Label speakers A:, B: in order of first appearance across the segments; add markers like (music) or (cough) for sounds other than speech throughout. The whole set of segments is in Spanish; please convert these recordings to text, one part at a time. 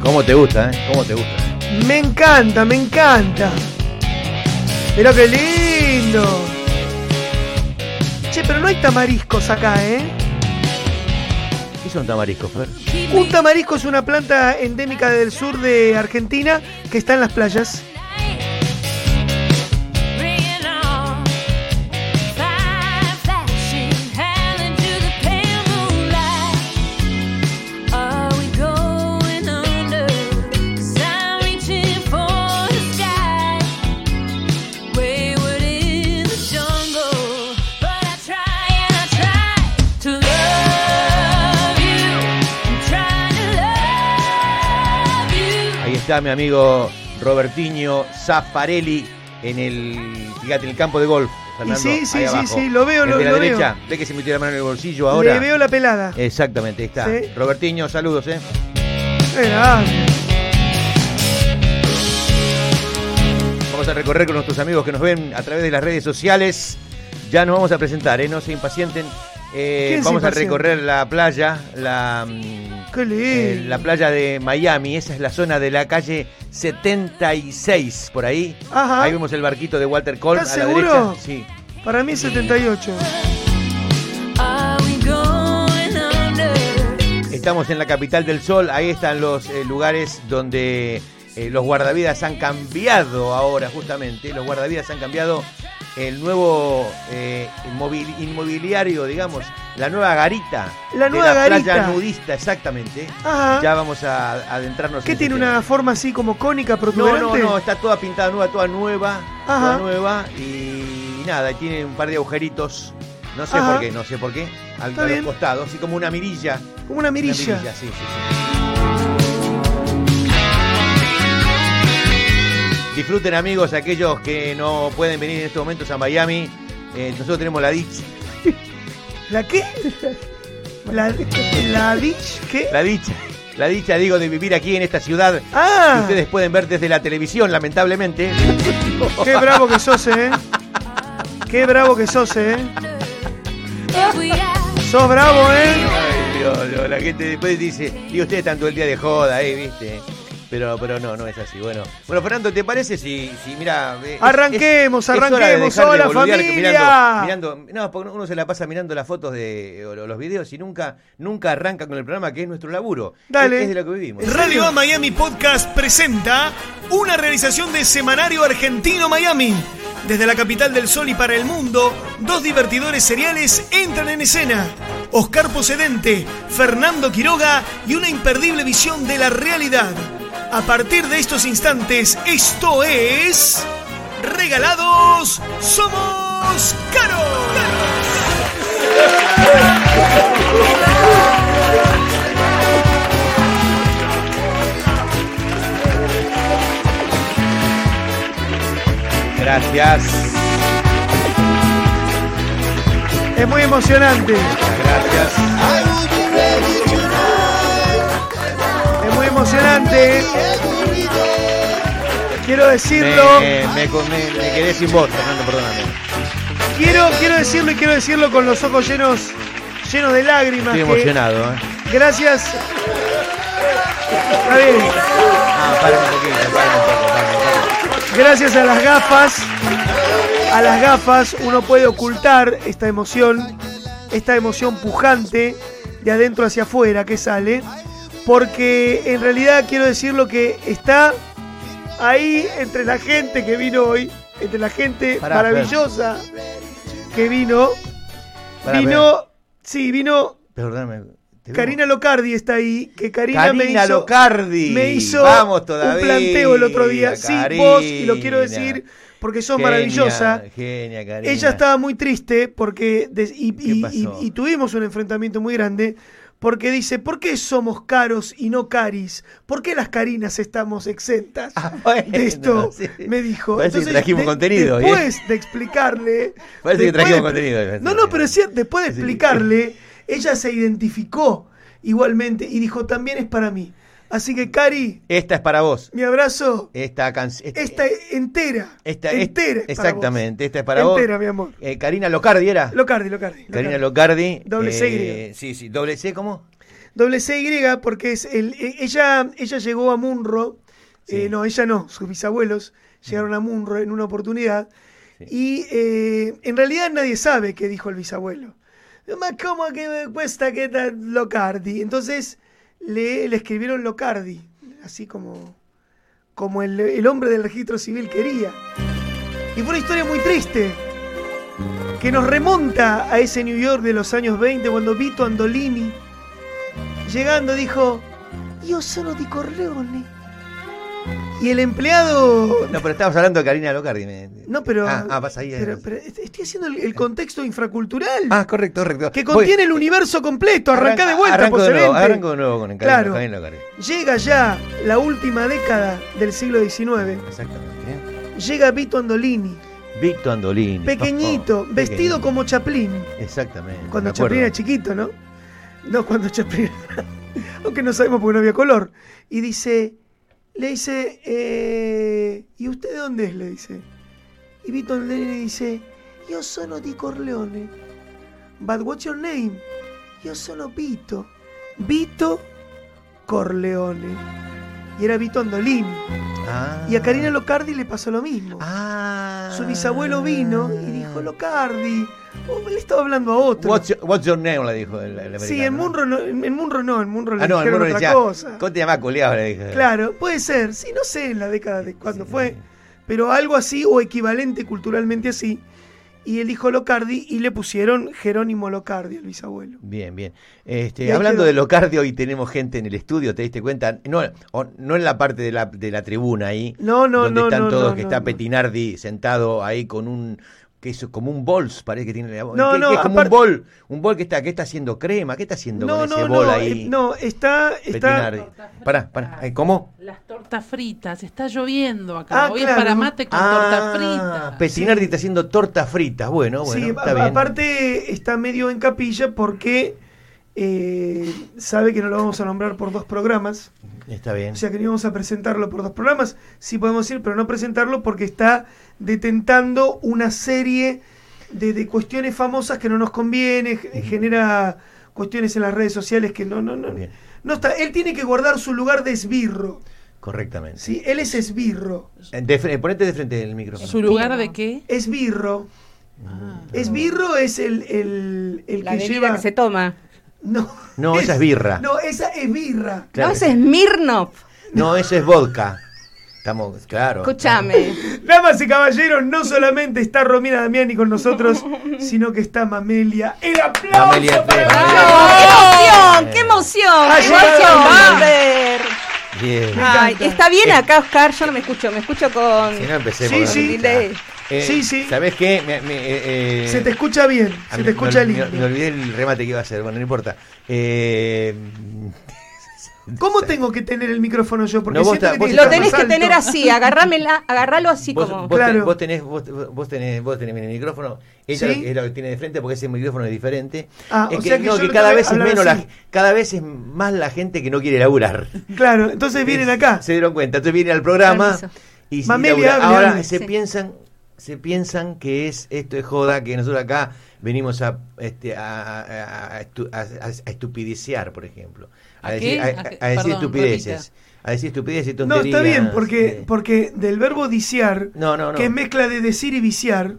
A: ¿Cómo te gusta, eh? ¿Cómo te gusta?
B: Me encanta, me encanta. Mirá qué lindo. Che, pero no hay tamariscos acá, ¿eh?
A: ¿Qué son tamariscos, Fer?
B: Un tamarisco es una planta endémica del sur de Argentina que está en las playas.
A: Ahí está mi amigo Robertinho Zaffarelli en el, fíjate, en el campo de golf. Fernando,
B: sí, sí,
A: ahí
B: sí,
A: abajo.
B: sí, lo veo,
A: El
B: lo-
A: de la
B: lo
A: derecha, ve que se metió la mano en el bolsillo ahora. Eh.
B: Le veo la pelada.
A: Exactamente, ahí está.
B: Sí.
A: Robertinho, saludos, ¿eh?
B: Qué grande.
A: Vamos a recorrer con nuestros amigos que nos ven a través de las redes sociales. Ya nos vamos a presentar, ¿eh? No se impacienten. Eh,
B: ¿Quién se
A: vamos a
B: impacienta?
A: recorrer la playa, la, mm,
B: Qué lindo.
A: eh, la playa de Miami. Esa es la zona de la calle 76, por ahí.
B: Ajá.
A: Ahí vemos el barquito de Walter Cole
B: ¿Estás
A: a la
B: seguro?
A: derecha. Sí.
B: Para mí es 78.
A: Estamos en la capital del sol, ahí están los eh, lugares donde eh, los guardavidas han cambiado ahora justamente, los guardavidas han cambiado el nuevo eh, inmovil- inmobiliario, digamos, la nueva garita.
B: La
A: de
B: nueva
A: la
B: garita.
A: playa nudista, exactamente.
B: Ajá.
A: Ya vamos a adentrarnos.
B: ¿Qué
A: en
B: tiene
A: ese tema.
B: una forma así como cónica
A: No,
B: protuberante?
A: no, no, está toda pintada nueva, toda nueva, toda
B: Ajá.
A: nueva y, nada, y tiene un par de agujeritos, no sé
B: Ajá.
A: por qué, no sé por qué, al,
B: Está
A: a los
B: bien.
A: costados, así como una mirilla.
B: Como una
A: Una
B: mirilla.
A: mirilla, sí, sí, sí. Disfruten amigos aquellos que no pueden venir en estos momentos a Miami. Eh, nosotros tenemos la dicha,
B: ¿La
A: (laughs)
B: qué? ¿La, la dich? ¿Qué?
A: la dicha, la dicha digo de vivir aquí en esta ciudad. que
B: Ah,
A: Ustedes pueden ver desde la televisión, lamentablemente.
B: qué bravo que sos, eh. Qué bravo que sos, eh. Sos bravo, eh.
A: Ay, Dios, lo- la gente después dice, y ustedes están todo el día de joda, eh, viste. Pero, pero no, no es así. Bueno, bueno Fernando, ¿te parece si, si mira... eh, es-
B: Arranquemos,
A: hora de
B: arranquemos.
A: dejar de
B: Hola,
A: boludear que
B: familia.
A: Mirando, mirando- no, porque uno se la pasa mirando las fotos de o los videos y nunca, nunca arranca con el programa que es nuestro laburo.
B: Dale.
A: Es, es de lo que vivimos.
C: Radio A Miami Podcast presenta una realización de Semanario Argentino Miami. Desde la capital del sol y para el mundo, dos divertidores seriales entran en escena. Oscar Pocedente, Fernando Quiroga y una imperdible visión de la realidad. A partir de estos instantes, esto es... Regalados somos caros.
A: Gracias.
B: Es muy emocionante.
A: Gracias.
B: Es muy emocionante. Quiero decirlo.
A: Me, me, con- me- me quedé sin voz, Fernando, perdóname.
B: Quiero, quiero decirlo y quiero decirlo con los ojos llenos, llenos de lágrimas.
A: Estoy
B: que-
A: emocionado. ¿eh?
B: Gracias. Está bien.
A: Ah, paren un poquito, paren un poco, paren un poco.
B: Gracias a las gafas, a las gafas uno puede ocultar esta emoción, esta emoción pujante de adentro hacia afuera que sale, porque en realidad quiero decir lo que está ahí entre la gente que vino hoy, entre la gente
A: Pará,
B: maravillosa que vino,
A: Pará,
B: vino, sí, vino
A: Perdóname. te veo-
B: Karina Locardi está ahí, que Karina, me
A: Karina
B: hizo
A: Locardi.
B: me hizo
A: Vamos todavía,
B: un planteo el otro día. Sí,
A: Karina.
B: vos, y lo quiero decir porque sos
A: Genia,
B: maravillosa.
A: Genia, Karina.
B: Ella estaba muy triste porque des- y, y-
A: ¿Qué pasó?
B: y- y tuvimos un enfrentamiento muy grande porque dice, ¿por qué somos caros y no caris? ¿Por qué las carinas estamos exentas
A: (laughs) Ah, bueno,
B: (laughs) de esto?
A: sí.
B: Me dijo.
A: Parece que trajimos
B: de-
A: contenido, ¿eh?
B: Después de explicarle...
A: Parece que
B: después
A: trajimos
B: de-
A: contenido.
B: No, no, pero es cierto, después de
A: Sí.
B: explicarle, ella se identificó igualmente y dijo, también es para mí. Así que, Cari,
A: Esta es para vos.
B: mi abrazo,
A: Esta canción.
B: esta entera.
A: Esta, es-
B: entera. es para vos.
A: exactamente, esta es para
B: Entera,
A: vos.
B: mi amor.
A: Eh, Karina Locardi era.
B: Locardi, Locardi.
A: Karina
B: Locardi.
A: Locardi.
B: Doble C,
A: Sí, sí, doble C, ¿cómo?
B: Doble CY porque es el, e- ella, ella llegó a Munro, eh,
A: Sí.
B: no, ella no, sus bisabuelos llegaron a Munro en una oportunidad
A: Sí.
B: y eh, en realidad nadie sabe qué dijo el bisabuelo. Más ¿Cómo que me cuesta que tal Locardi? Entonces le, le escribieron Locardi, así como, como el, el hombre del registro civil quería. Y fue una historia muy triste que nos remonta a ese New York de los años 20 cuando Vito Andolini llegando dijo, yo sono di Corleone. Y el empleado...
A: No, pero estabas hablando de Karina Locardi. me-
B: No, pero...
A: Ah, ah, vas ahí.
B: pero- pero est- estoy haciendo el, el contexto infracultural
A: ah, correcto, correcto.
B: que
A: Voy.
B: contiene el universo completo. Arranca de vuelta,
A: Arranco de nuevo,
B: Posevente.
A: arranco de nuevo con Karina
B: Claro.
A: Karina Locardi.
B: Llega ya la última década del siglo XIX.
A: Exactamente. ¿eh?
B: Llega Vito Andolini,
A: Víctor Andolini.
B: pequeñito,
A: Ojo,
B: vestido
A: pequeño.
B: como Chaplin.
A: Exactamente.
B: Cuando
A: me acuerdo.
B: Chaplin era chiquito, ¿no? No, cuando Chaplin. (laughs) Aunque no sabemos porque no había color. Y dice. Le dice. eh, ¿Y usted de dónde es? Le dice. Y Vito Andrés le dice. Yo sono di Corleone. But what's your name? Yo sono Vito. Vito Corleone. Y era Vito Andolini.
A: Ah.
B: Y a Karina Locardi le pasó lo mismo.
A: Ah.
B: Su bisabuelo vino y dijo, Locardi. Oh, le estaba hablando a otro.
A: What's your, what's your name? Le dijo el, el
B: Sí, en
A: americano, ¿no?
B: Munro no, en en Munro no, en Munro le
A: Ah, no, el
B: dijeron
A: Munro le
B: otra
A: decía.
B: cosa.
A: ¿Cómo te llamás, culiado? Le dijo.
B: Claro, puede ser, sí, no sé en la década de cuándo
A: Sí.
B: fue, pero algo así o equivalente culturalmente así. Y él dijo Locardi y le pusieron Jerónimo Locardi al bisabuelo.
A: Bien, bien.
B: Y ahí
A: Este, hablando
B: quedó.
A: de Locardi, hoy tenemos gente en el estudio, ¿te diste cuenta? No, o- no en la parte de la, de la tribuna ahí,
B: No, no,
A: donde
B: no,
A: están
B: no,
A: todos,
B: no,
A: que
B: no,
A: está
B: no.
A: Petinardi sentado ahí con un que eso es como un bols, parece que tiene la
B: No,
A: ¿Qué-
B: no,
A: qué es como
B: aparte-
A: un bol, un bol que está, que está haciendo crema, ¿qué está haciendo
B: No,
A: con ese
B: no,
A: bol
B: no,
A: ahí?
B: eh, no, está,
A: Petinardi.
B: está,
A: Pará, pará, eh, ¿cómo?
D: Las tortas fritas, está lloviendo acá.
B: Ah,
D: Hoy
B: claro.
D: es para mate con torta frita.
A: Ah, Petinardi está haciendo tortas fritas, bueno, bueno,
B: sí,
A: está
B: a-
A: bien.
B: aparte está medio en capilla porque eh, sabe que no lo vamos a nombrar por dos programas.
A: Está bien.
B: O sea que no íbamos a presentarlo por dos programas, sí podemos ir, pero no presentarlo porque está detentando una serie de, de cuestiones famosas que no nos conviene, ge- genera cuestiones en las redes sociales que no, no, no.
A: Bien.
B: No está, él tiene que guardar su lugar de esbirro,
A: Correctamente.
B: ¿sí? Él es esbirro,
A: Eh, de fre- ponete de frente del micrófono.
D: ¿Su lugar de qué?
B: esbirro.
A: Ah,
B: Ah. Esbirro es el, el, el
E: La
B: que
E: bebida
B: lleva...
E: que se toma.
B: No,
A: No, esa es birra.
B: (laughs) No, esa es birra.
A: Claro.
E: No, ese es Mirnov.
A: No, ese es vodka. Estamos, claro.
E: Escúchame.
B: Damas y caballeros, no solamente está Romina Damiani con nosotros, sino que está Mamelia. ¡El aplauso
A: Mamelia
B: para
A: Trema.
B: Mamelia!
E: ¡Bravo! ¡Qué emoción! ¡Qué emoción!
B: Ha
E: ¡Qué
B: llegado
E: emoción
B: Oscar.
E: volver!
A: Bien.
B: Ah,
E: Ay,
B: encanta.
E: está bien acá, Oscar. Yo no me escucho, me escucho con.
A: Si no empecemos
B: Sí,
A: con la
B: sí.
A: lista.
E: Delay.
B: Sí, sí.
A: ¿Sabés qué? Me- me- eh, eh,
B: Se te escucha bien,
A: a
B: se
A: mí-
B: te escucha
A: Ah, me,
B: lindo.
A: me- me olvidé el remate que iba a hacer, bueno, no importa. Eh,
B: ¿Cómo tengo que tener el micrófono yo? Porque
A: No, vos
B: siento
A: ta-
B: que
A: vos
B: tiene
E: Lo
A: está
B: estar
E: tenés
B: más
E: que
B: alto.
E: tener así, agárramela, agárralo así
A: vos,
E: como.
A: vos ten-
B: Claro.
A: vos tenés, vos, vos tenés, vos tenés el micrófono, ella
B: Sí.
A: lo que- es lo que tiene de frente porque ese micrófono es diferente.
B: Ah,
A: es
B: o sea que
A: no,
B: yo
A: que
B: lo
A: cada
B: tengo que
A: vez es
B: hablar
A: menos
B: así.
A: la, cada vez es más la gente que no quiere laburar.
B: Claro, entonces vienen acá.
A: Se dieron cuenta, entonces vienen al programa
E: Permiso.
A: y se
B: Mamelia,
A: laburan.
B: hable,
A: ahora
B: hable.
A: se
E: Sí.
A: piensan se piensan que es esto es joda, que nosotros acá venimos a este, a, a- a estu- a- a- a estupidicear, por ejemplo, a,
D: ¿A
A: decir,
D: qué?
A: a-
D: ¿A
A: a-
D: qué?
A: a decir
D: Perdón,
A: estupideces,
D: repita.
A: a decir estupideces y
B: No,
A: tonterías.
B: está bien, porque,
A: eh.
B: porque del verbo diciar,
A: no, no, no.
B: que es mezcla de decir y viciar,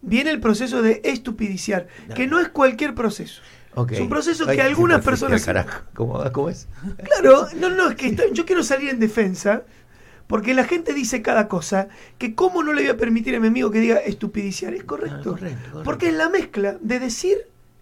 B: viene el proceso de estupidiciar,
A: No.
B: que no es cualquier proceso.
A: Ok.
B: es un proceso
A: Ay,
B: que
A: se
B: algunas
A: me fuiste al
B: personas-
A: carajo. ¿Cómo, cómo es?
B: Claro, no, no, es que está- yo quiero salir en defensa, porque la gente dice cada cosa, que cómo no le voy a permitir a mi amigo que diga estupidiciar, es correcto.
A: Ah, correcto, correcto.
B: Porque es la mezcla de decir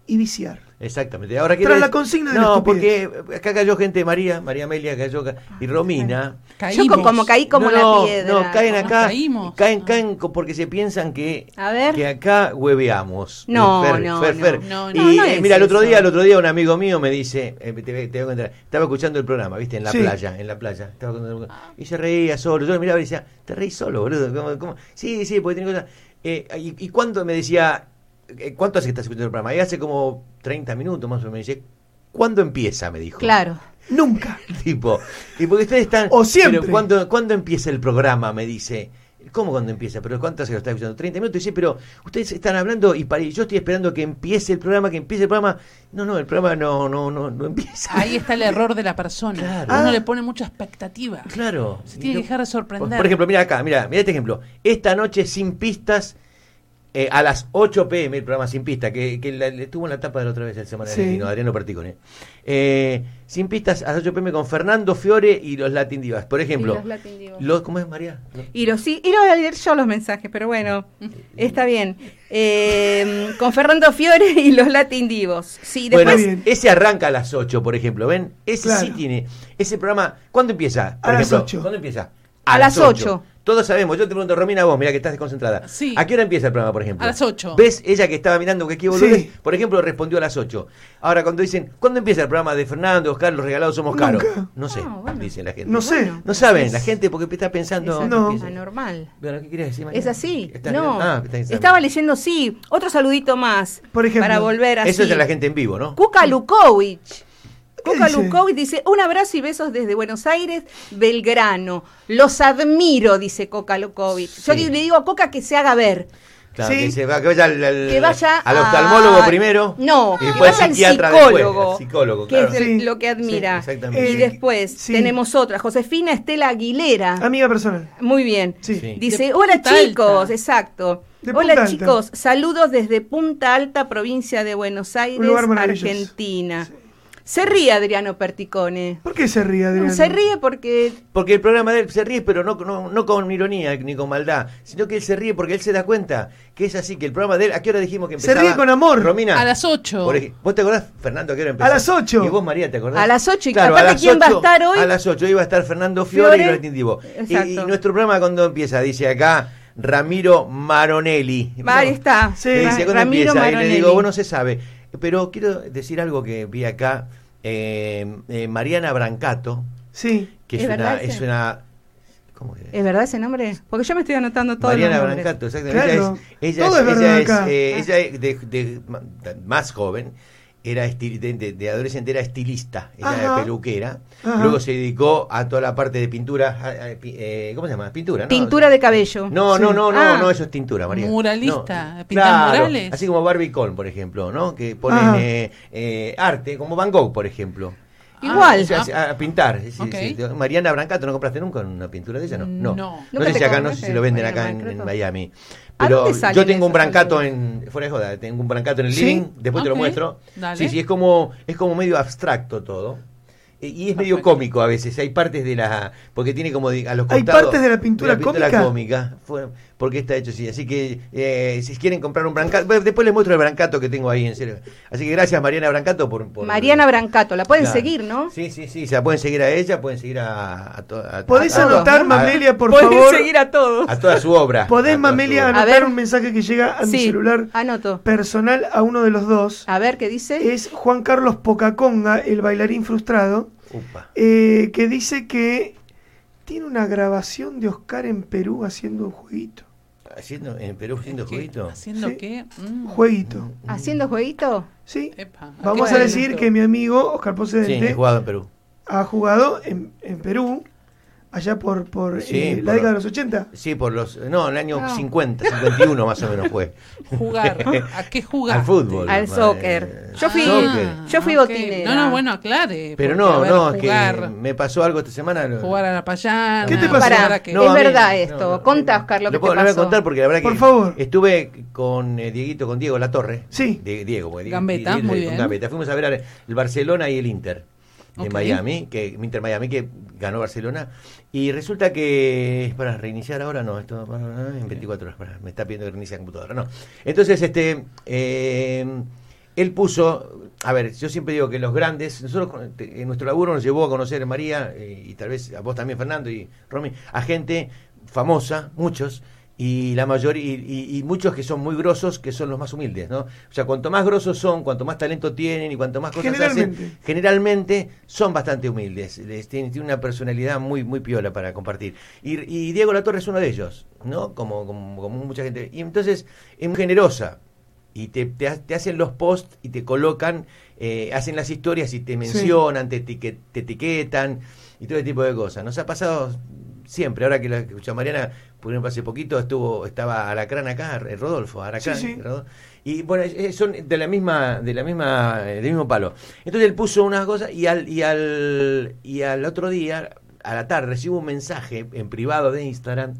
B: y viciar.
A: Exactamente. Ahora
B: Tras
A: quiero-
B: la consigna de la
A: No,
B: estupidez.
A: porque acá cayó gente de María, María Amelia cayó ca-
D: Ah,
A: y Romina.
E: Yo co- como caí como
A: no,
E: una
A: no,
E: piedra.
A: No, caen
D: Nos
A: acá.
D: caímos.
A: Caen,
D: Ah.
A: caen co- porque se piensan que,
E: A ver.
A: que acá hueveamos. Eh,
E: No,
A: Fer,
E: no,
A: Fer,
E: no.
A: Fer.
D: No, no,
A: y
E: no
A: eh,
E: es
A: mira, el otro
E: eso.
A: día, el otro día un amigo mío me dice, eh, te, voy- te voy a contar, estaba escuchando el programa, viste, en la
B: Sí.
A: playa, en la playa. estaba contando- y se reía solo. Yo lo miraba y decía, te reís solo, boludo. ¿Cómo, cómo? Sí, sí, porque tiene cosas. Eh, y, y cuánto me decía, eh, ¿cuánto hace que estás escuchando el programa? Y hace como 30 minutos más o menos. Me dice, ¿cuándo empieza? Me dijo.
E: Claro.
B: Nunca.
A: (laughs) Tipo, y porque ustedes están.
B: O siempre.
A: Pero ¿cuándo, ¿Cuándo empieza el programa? Me dice. ¿Cómo cuando empieza? ¿Pero cuántas se lo está escuchando? 30 minutos. Y dice, pero ustedes están hablando y para- yo estoy esperando que empiece el programa, que empiece el programa. No, no, el programa no, no, no, no empieza.
D: Ahí está el error de la persona.
A: Claro.
D: Uno
A: Ah.
D: le pone mucha expectativa.
A: Claro.
D: Se tiene que dejar de sorprender.
A: Por ejemplo, mira acá, mira, mira este ejemplo. Esta noche sin pistas, eh, a las 8 pm, el programa Sin Pistas, que, que la- estuvo en la tapa de la otra vez el semana
B: Sí.
A: argentino, Adriano Particone. Eh, sin pistas a las 8 pm con Fernando Fiore y los Latin Divas. Por ejemplo,
E: los Latin Divas.
A: los- ¿cómo es María?
E: Y los sí, y los voy a leer yo los mensajes, pero bueno, está bien. Eh, con Fernando Fiore y los Latin Divos. Sí, después.
A: Bueno,
B: Muy bien.
A: ese arranca a las 8, por ejemplo, ¿ven? Ese sí
B: Claro.
A: tiene. Ese programa, ¿cuándo empieza? Por
B: A las
A: ejemplo,
B: 8.
A: ¿Cuándo empieza?
E: A las 8.
A: Todos sabemos, yo te pregunto, Romina, vos, mira que estás desconcentrada.
D: Sí.
A: ¿A qué hora empieza el programa, por ejemplo?
D: A las 8.
A: ¿Ves? Ella que estaba mirando que aquí boludez,
B: Sí.
A: por ejemplo, respondió a las 8. Ahora, cuando dicen, ¿cuándo empieza el programa de Fernando, Oscar, los regalados somos caros?
B: Nunca.
A: No sé,
E: Ah, bueno.
A: dice la gente.
B: No sé.
E: Bueno.
A: No saben, la gente, porque está pensando.
E: es
B: No.
A: ¿qué empieza?
E: anormal.
A: Bueno, ¿qué quieres decir, María?
E: Es así.
A: Está-
E: no.
A: ah, está bien.
E: Estaba leyendo, sí. Otro saludito más.
B: Por ejemplo.
E: Para volver así.
A: Eso es de la gente en vivo, ¿no?
E: Cuca Lukovic. Cuca
B: dice?
E: Lukovic dice, un abrazo y besos desde Buenos Aires, Belgrano. Los admiro, dice Coca Lukovic. Yo
A: Sí.
E: le digo a Coca que se haga ver.
A: Claro,
B: Sí.
A: que, se va- que vaya al, al-
E: Que vaya
A: al
E: a-
A: oftalmólogo primero.
E: No,
A: y
E: que
A: después
E: vaya al
A: psiquiatra
E: psicólogo,
A: Después, al psicólogo,
E: que
A: claro.
E: es el-
B: Sí.
E: lo que admira.
A: Sí, exactamente.
E: y
B: Eh,
E: después
B: sí.
E: tenemos otra, Josefina Estela Aguilera.
B: Amiga personal.
E: Muy bien.
B: Sí.
A: Sí.
E: Dice,
D: De
E: hola
D: Punta
E: chicos,
D: Alta.
E: exacto.
B: De
E: hola
B: Punta Alta.
E: chicos, saludos desde Punta Alta, provincia de Buenos Aires,
B: lugar maravilloso.
E: Argentina. Se ríe Adriano Perticone.
B: ¿Por qué se ríe, Adrián?
E: Se ríe porque
A: Porque el programa de él se ríe, pero no, no, no con ironía ni con maldad, sino que él se ríe porque él se da cuenta que es así, que el programa de él, ¿a qué hora dijimos que
B: Se
A: empezaba?
B: ríe con amor.
A: Romina.
D: A las 8.
A: Ah. Por ej- ¿Vos te acordás, Fernando, a qué hora empezaba?
B: A las 8.
A: ¿Y vos, María, te acordás?
E: A las 8, y
A: Claro,
E: aparte,
A: a las
E: ¿quién va a
A: 8,
E: estar hoy?
A: A las 8, hoy va a estar Fernando Fiore,
E: Fiore.
A: y Valentín Divo. Y,
E: Exacto.
A: y nuestro programa, cuando empieza? Dice acá Ramiro Maronelli.
E: Va, ahí
A: No.
E: está.
B: Sí,
A: Le
E: Ra-
A: dice, ¿cuándo
E: Ramiro
A: empieza? Y le
E: Maronelli.
A: digo, bueno, se sabe. Pero quiero decir algo que vi acá. eh, eh, Mariana Brancato,
B: Sí.
A: que es,
E: ¿Es
A: una,
E: verdad ese?
A: es una. ¿Cómo que?
E: ¿Es verdad ese nombre? Porque yo me estoy anotando todo.
A: Mariana Brancato, exactamente.
B: Claro,
A: Ella es,
B: todo
A: ella
B: es
A: es,
B: verdad
A: ella es,
B: acá.
A: eh, ella es de, de- ma- de- más joven, era esti- de, de- de adolescente era estilista, era
B: Ajá.
A: peluquera.
B: Ajá.
A: Luego se dedicó a toda la parte de pintura. a- a- pi- eh, ¿Cómo se llama? Pintura. ¿no?
E: Pintura de cabello.
A: No,
B: Sí.
A: no, no, no,
E: Ah.
A: no, eso es tintura, María.
D: Muralista,
A: No,
D: pintar
A: claro,
D: murales. Ah.
A: Así como Barbie Cole, por ejemplo, ¿no? Que ponen
B: Ajá.
A: eh, eh, arte, como Van Gogh, por ejemplo.
E: Igual.
A: O sea, a, a pintar. Ah, sí,
D: Ok.
A: sí. Mariana Brancato, ¿no compraste nunca una pintura de ella? No.
B: Mm,
A: No,
D: No.
A: no.
E: Nunca
A: sé
E: te
A: si acá, no
E: compraste
A: sé si lo venden
E: Mariana
A: acá en,
E: Brancato.
A: en Miami.
E: ¿A
A: Pero
E: dónde salen
A: yo tengo un
E: esas
A: brancato
E: pinturas?
A: en. Fuera de joda, tengo un brancato en el
B: ¿Sí?
A: living, después te lo
D: Ok,
A: muestro.
D: dale.
A: Sí, sí, es como, es como medio abstracto todo. E- Y es medio
D: Perfecto.
A: cómico a veces, hay partes de la... porque tiene como de- a los
B: ¿Hay
A: costados
B: partes de la pintura cómica?
A: cómica, fue- porque está hecho así. Así que eh, si quieren comprar un brancato, bueno, después les muestro el brancato que tengo ahí, en serio. Así que gracias Mariana Brancato por... por-
E: Mariana Brancato, la pueden
A: Claro.
E: seguir, ¿no?
A: Sí, sí, sí, o sea, pueden seguir a ella, pueden seguir a... a, to- a-
B: ¿Podés
A: a-
B: anotar,
A: a-
B: Mamelia, por
E: pueden
B: favor?
E: seguir a todos.
A: A toda su obra. a
B: (laughs) ¿Podés,
A: toda su
B: Mamelia,
A: obra.
E: A
B: anotar
E: ver.
B: un mensaje que llega a mi
E: Sí,
B: celular
E: Anoto.
B: personal a uno de los dos?
E: A ver, ¿qué dice?
B: Es Juan Carlos Pocaconga, el bailarín frustrado,
A: Upa.
B: eh, que dice que tiene una grabación de Oscar en Perú haciendo un jueguito.
A: Haciendo, en Perú haciendo
D: ¿Qué?
A: juguito.
D: ¿Haciendo
B: Sí.
D: qué? Mm.
B: Jueguito.
E: ¿Haciendo jueguito?
B: ¿Sí?
D: Epa,
B: Vamos
E: qué
B: a decir
E: jueguito?
B: que mi amigo Oscar
A: Sí,
B: Pocedente
A: he jugado en Perú.
B: ha jugado en, en Perú, allá por, por
A: Sí,
B: eh, la
A: por-
B: década de los 80.
A: Sí, por los... No, en el año
E: No.
A: 50, 51 más o menos
D: (laughs)
A: fue. (laughs)
D: Jugar. ¿A qué jugar? Ah,
A: Al fútbol.
E: Al
A: eh,
E: soccer. Yo fui-
A: soccer.
E: yo fui
D: ok.
E: botinera.
D: No, no, bueno, aclare.
A: Pero
D: porque,
A: no,
D: a ver,
A: no, es que
D: jugar,
A: me pasó algo esta semana. lo-
D: Jugar a la payana.
B: ¿Qué te pasó?
D: jugar a
E: Ah, Pará.
D: que-
E: No, Es verdad esto. Contá, Oscar, lo que te
A: puedo- voy a
E: pasó.
A: contar porque la verdad
B: Por
A: que
B: favor.
A: estuve con eh, Dieguito, con Diego La Torre.
B: Sí.
A: De, Diego, porque Diego-
D: Gambetta,
A: Diego-
D: muy
A: con
D: bien.
A: Gambetta. Fuimos a ver al- el Barcelona y el Inter de
D: Ok.
A: Miami, que Inter Miami que ganó Barcelona y resulta que es para reiniciar ahora no, esto ah, en 24 horas, pará, me está pidiendo que reinicie la computadora, no. Entonces este eh, él puso, a ver, yo siempre digo que los grandes, nosotros con- te- en nuestro laburo nos llevó a conocer María eh, y tal vez a vos también Fernando y Romy, a gente famosa, muchos, y la mayoría, y, y- y muchos que son muy grosos, que son los más humildes, ¿no? O sea, cuanto más grosos son, cuanto más talento tienen y cuanto más cosas hacen,
B: Generalmente.
A: generalmente son bastante humildes. Les tienen, tienen una personalidad muy, muy piola para compartir. Y, y Diego Latorre es uno de ellos, ¿no? Como, como, como mucha gente. Y entonces es muy generosa. Y te, te ha- te hacen los posts y te colocan, eh, hacen las historias y te mencionan, te, etique- te etiquetan y todo ese tipo de cosas. Nos ha pasado siempre. Ahora que la escucha Mariana, por ejemplo, hace poquito estuvo, estaba Aracrán acá, eh, Rodolfo, Aracrán.
B: Sí, sí.
A: Rodolfo. Y bueno, eh, son de la misma, de la misma, eh, del mismo palo. Entonces él puso unas cosas y al, y al, y al otro día, a la tarde, recibo un mensaje en privado de Instagram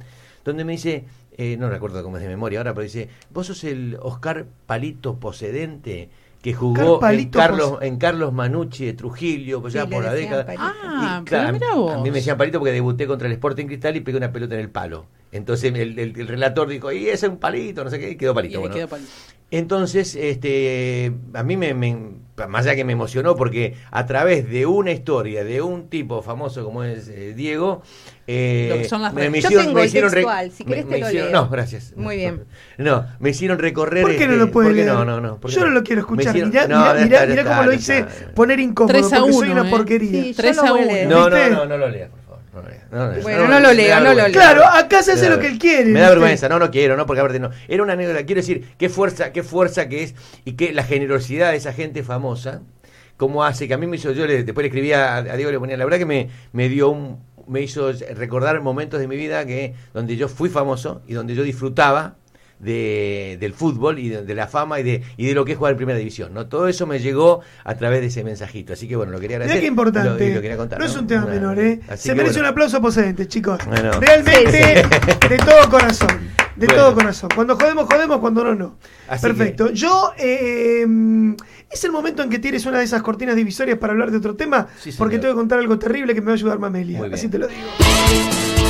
A: donde me dice, eh, no recuerdo cómo es de memoria ahora, pero dice, vos sos el Oscar Palito Posedente que jugó
B: Oscar
A: en
B: Palito
A: Carlos,
B: Pos-
A: en Carlos Manucci de Trujillo, pues
E: Sí,
A: ya
E: le
A: por la
E: decían
A: década.
E: Palito.
D: Ah,
A: Y,
D: pero
A: claro,
D: mira vos.
A: A mí me decían palito porque debuté contra el Sporting Cristal y pegué una pelota en el palo. Entonces el, el- el relator dijo, y ese es un palito, no sé qué, y quedó
D: Y
A: palito.
D: le
A: bueno.
D: quedó palito.
A: Entonces, este, a mí me, me- más allá que me emocionó, porque a través de una historia de un tipo famoso como es eh, Diego, eh,
D: Lo que son las redes.
E: Yo tengo el textual, si querés te lo
A: hicieron-
E: leo.
A: No, gracias.
E: Muy bien.
A: (laughs) No, me hicieron recorrer.
B: ¿Por qué no
A: este,
B: lo puedes
A: ¿por qué
B: leer?
A: No, no, no. ¿por qué
B: Yo no lo quiero escuchar.
A: Me hicieron-
B: Mirá,
A: no,
B: mirá,
A: ya
B: mirá,
A: está, ya
B: mirá
A: está,
B: cómo lo
A: ya
B: hice
A: está.
B: poner incómodo,
D: Tres a
B: porque soy
D: uno,
B: una
D: ¿eh?
B: porquería.
E: Sí, yo
D: Tres
E: lo
D: a
E: voy a
D: uno.
E: leer.
A: No, no,
B: ¿Viste?
A: no, no lo leas, por favor. No lo leas, no lo leas.
E: Bueno, no lo
A: me
E: leo,
A: da
E: no lo
A: vergüenza.
E: leo.
B: Claro, acá se
A: Me
B: hace
A: da
B: lo que él
A: vergüenza.
B: quiere.
A: Me da
B: ¿viste?
A: vergüenza, no, no quiero, no, porque aparte no. Era una anécdota, quiero decir, qué fuerza, qué fuerza que es y qué la generosidad de esa gente famosa, cómo hace que a mí me hizo, yo le- después le escribía a, a Diego, le ponía, la verdad que me, me dio un, me hizo recordar momentos de mi vida que donde yo fui famoso y donde yo disfrutaba. De, del fútbol y de, de la fama y de, y de lo que es jugar en primera división. ¿no? Todo eso me llegó a través de ese mensajito. Así que bueno, lo quería
B: Mirá
A: agradecer.
B: qué
A: y lo-
B: importante.
A: y lo quería contar,
B: no, es un tema
A: Una-
B: menor, ¿eh?
A: así
B: Se
A: que,
B: merece
A: bueno.
B: un aplauso procedente, chicos.
A: Bueno.
B: Realmente, de todo corazón. De
A: Bueno.
B: todo corazón. Cuando jodemos, jodemos, cuando no, no.
A: Así
B: Perfecto. Yo, eh, mm, es el momento en que tires una de esas cortinas divisorias para hablar de otro tema,
A: Sí, señor.
B: porque tengo que contar algo terrible que me va a ayudar Mamelia.
A: Muy bien.
B: Así te lo digo.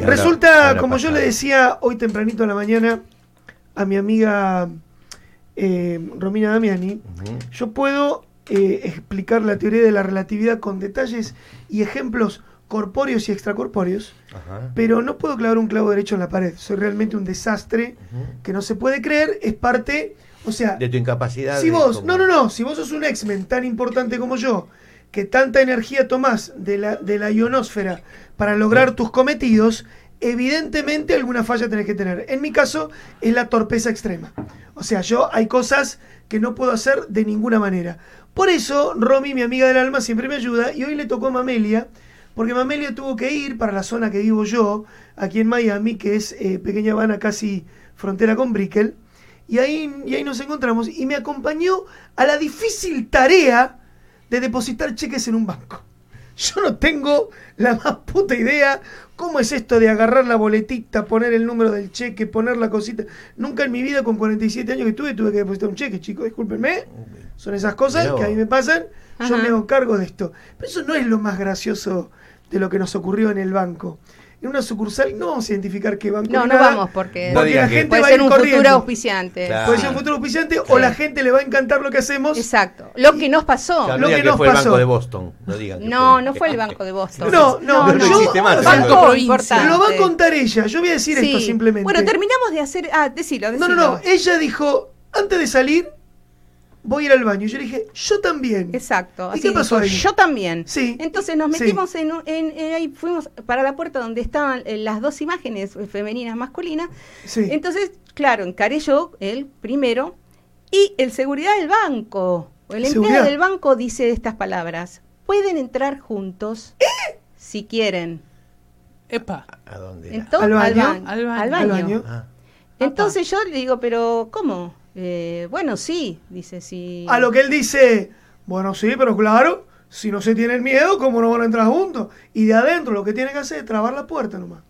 A: Ahora-
B: Resulta,
A: ahora
B: como
A: pasa.
B: yo le decía hoy tempranito en la mañana a mi amiga eh, Romina Damiani,
A: Ujú.
B: yo puedo eh, explicar la teoría de la relatividad con detalles y ejemplos corpóreos y extracorpóreos,
A: Ajá.
B: pero no puedo clavar un clavo derecho en la pared. Soy realmente un desastre que no se puede creer, es parte, o sea,
A: De tu incapacidad.
B: si
A: de
B: vos,
A: cómo-
B: no, no, no, si vos sos un X-Men tan importante como yo, que tanta energía tomás de la, de la ionosfera para lograr tus cometidos, evidentemente alguna falla tenés que tener. En mi caso, es la torpeza extrema. O sea, yo hay cosas que no puedo hacer de ninguna manera. Por eso, Romy, mi amiga del alma, siempre me ayuda y hoy le tocó a Mamelia. Porque Mamelia tuvo que ir para la zona que vivo yo, aquí en Miami, que es eh, Pequeña Habana, casi frontera con Brickell. Y ahí, y ahí nos encontramos y me acompañó a la difícil tarea de depositar cheques en un banco. Yo no tengo la más puta idea cómo es esto de agarrar la boletita, poner el número del cheque, poner la cosita. Nunca en mi vida con 47 años que tuve tuve que depositar un cheque, chicos, discúlpenme. Son esas cosas
A: Mirá vos.
B: que a mí me pasan. Yo
D: Ajá.
B: me hago cargo de esto. Pero eso no es lo más gracioso de lo que nos ocurrió en el banco. En una sucursal no vamos a identificar qué banco
E: No,
B: ni
E: no
B: nada,
E: vamos porque
A: No
B: porque la
A: digas que-
B: gente
E: puede
B: va a
E: ser
B: ir
E: un
B: corriendo.
E: futuro auspiciante.
A: Claro.
B: Puede ser un futuro auspiciante o
A: Sí.
B: la gente le va a encantar lo que hacemos.
E: Exacto. Lo que nos pasó.
A: Ya,
B: Lo
A: no digan
B: que
A: que
B: nos
A: fue el
B: pasó.
A: Banco de Boston. No digan. que
E: No, no fue el Banco de Boston.
B: No, no,
A: No, no
B: yo-
A: existe más,
B: banco-
A: banco
D: provincia.
B: lo va a contar ella. Yo voy a decir esto
E: Sí.
B: simplemente.
E: Bueno, terminamos de hacer. Ah, decilo,
B: No,
E: decilo.
B: no, eh. no. Ella dijo, antes de salir, voy a ir al baño. Yo le dije, yo también.
E: Exacto.
B: ¿Y qué pasó
E: dijo,
B: ahí?
E: Yo también.
B: Sí.
E: Entonces nos
B: Sí.
E: metimos en, un- en- en ahí, fuimos para la puerta donde estaban eh, las dos imágenes eh, femeninas masculinas.
B: Sí.
E: Entonces, claro, encaré yo el primero y el seguridad del banco. o El empleado
B: Seguridad.
E: del banco dice estas palabras. Pueden entrar juntos
B: ¿Eh?
E: si quieren.
D: Epa.
A: ¿A dónde? era?
E: Entonces,
B: ¿Al
E: al
B: baño?
E: ba-
D: Al baño.
E: al
B: Al
E: baño.
B: baño.
A: Ah,
E: Entonces yo le digo, pero ¿cómo? Eh, bueno, sí, dice sí.
B: A lo que él dice, bueno, sí, pero claro, si no se tienen miedo, ¿cómo no van a entrar juntos? Y de adentro lo que tiene que hacer es trabar la puerta nomás.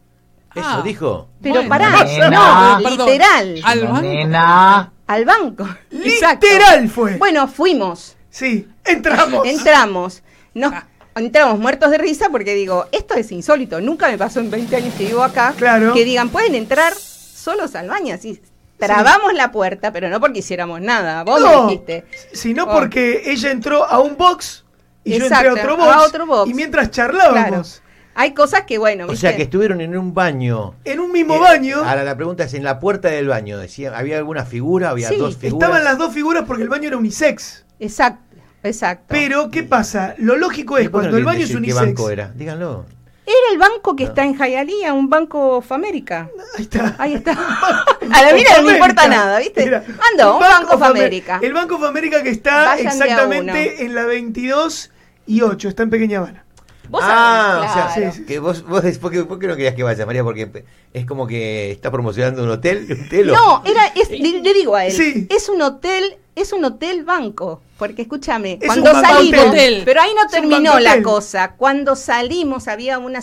A: ¿Eso
D: Ah.
A: dijo?
E: Pero
D: Bueno.
E: pará,
F: Nena.
E: no,
D: Perdón.
E: literal.
D: Al banco.
F: Nena.
E: Al banco. Exacto.
B: Literal fue.
E: Bueno, fuimos,
B: Sí,
E: (laughs)
B: entramos.
E: entramos. Nos,
A: Ah.
E: entramos muertos de risa porque digo, esto es insólito. Nunca me pasó en 20 años que vivo acá.
B: Claro.
E: Que digan, pueden entrar solos al baño. Así, trabamos la puerta, pero no porque hiciéramos nada. Vos me
B: No,
E: dijiste.
B: sino
E: Oh.
B: porque ella entró a un box y
E: Exacto,
B: yo entré a otro box.
E: a otro box.
B: Y mientras charlábamos,
E: Hay cosas que, bueno,
A: O sea, que
E: ¿viste?
A: estuvieron en un baño.
B: en un mismo
A: Eh,
B: baño,
A: Ahora la pregunta es: en la puerta del baño, decía, ¿había alguna figura? ¿Había
E: Sí,
A: dos figuras?
B: estaban las dos figuras porque el baño era unisex.
E: Exacto, exacto.
B: Pero, ¿qué pasa? Lo lógico
A: ¿Y
B: es
A: por qué
B: cuando
A: no
B: el baño
A: quieren
B: es
A: decir
B: unisex.
A: ¿Qué banco era? Díganlo.
E: Era el banco que está en Jayalía, un banco Famérica.
B: Ahí está. (laughs)
E: Ahí está. A la mina no le importa nada, ¿viste?
B: Mira,
E: Ando, un Banco
B: Famer-
E: Famérica.
B: El Banco Famérica que está
E: Vayan de a uno.
B: exactamente en la 22 y 8, está en Pequeña Habana.
E: Vos
A: ah,
E: sabés,
A: o sea,
E: claro.
B: sí, sí.
A: que vos, vos des- ¿por, qué, por qué no querías que vaya, María? Porque pe- es como que está promocionando un hotel. Un telo.
E: No, era, es- le, le digo a él,
B: Eh, Sí.
E: es un hotel, es un hotel banco. Porque escúchame,
B: Es
E: cuando
B: un banco
E: salimos,
D: hotel.
E: pero ahí no
B: Es un
E: terminó
B: banco
E: la
B: hotel.
E: cosa. Cuando salimos había una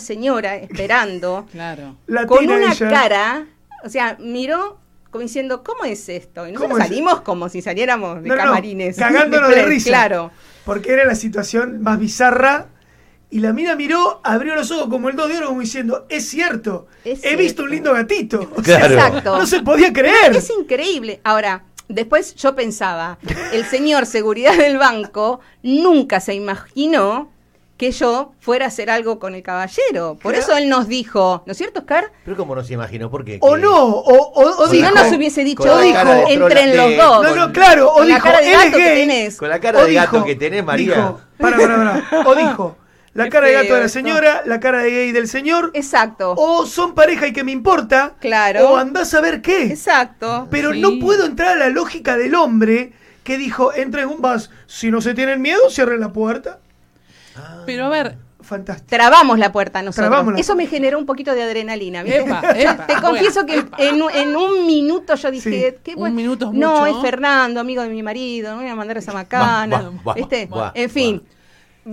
B: (laughs)
E: señora esperando
D: Claro.
B: Latina
E: con una
B: ella.
E: cara, o sea, miró como diciendo, ¿cómo es esto? Y nosotros
B: ¿Cómo es?
E: salimos como si saliéramos de
B: No, no, no,
E: camarines. (laughs)
B: cagándonos de
E: Claro.
B: risa.
E: Claro.
B: Porque era la situación más bizarra. Y la mina miró, abrió los ojos como el dos de oro, como diciendo: Es cierto,
E: Es
B: he visto un
E: cierto".
B: lindo gatito. O sea,
A: Claro.
E: Exacto.
B: No se podía creer.
E: Es increíble. Ahora, después yo pensaba, el señor seguridad del banco nunca se imaginó que yo fuera a hacer algo con el caballero. Por
B: Claro.
E: eso él nos dijo, ¿no es cierto, Oscar?
A: Pero como no se imaginó, ¿por qué?
B: O
A: Que-
B: no, o, o, o
E: Si
B: dijo.
E: no nos hubiese dicho,
A: con la
E: dijo,
A: cara de trola-
E: entren
A: de-
E: los dos.
B: No, no, claro, o
E: Con la
B: dijo,
E: cara de
B: él es
E: gato que
B: gay.
E: tenés.
A: Con la cara
B: O
A: de gato
B: dijo-
A: que tenés, María.
B: Dijo, para, para, para.
E: (laughs)
B: O dijo, la
E: Qué
B: cara de gato
E: feo
B: de la
E: esto.
B: señora, la cara de gay del señor,
E: Exacto,
B: o son pareja y que me importa,
E: Claro.
B: o andás a ver qué.
E: exacto.
B: Pero
D: Sí.
B: no puedo entrar a la lógica del hombre que dijo, entra en un bus, si no se tienen miedo, cierren la puerta.
D: Pero a ver,
B: Fantástico.
E: Trabamos la puerta nosotros.
B: Trabamos la
E: Eso me generó un poquito de adrenalina. ¿viste?
D: epa,
E: (laughs)
D: epa,
E: Te
D: bueno,
E: confieso que
D: epa.
E: en, un- en un minuto yo dije,
B: Sí.
E: ¿qué
D: Un
E: bueno?
D: minuto es
E: No,
D: mucho.
E: es Fernando, amigo de mi marido, no voy a mandar esa macana.
A: Va, va, va,
E: ¿viste?
A: va,
E: en fin.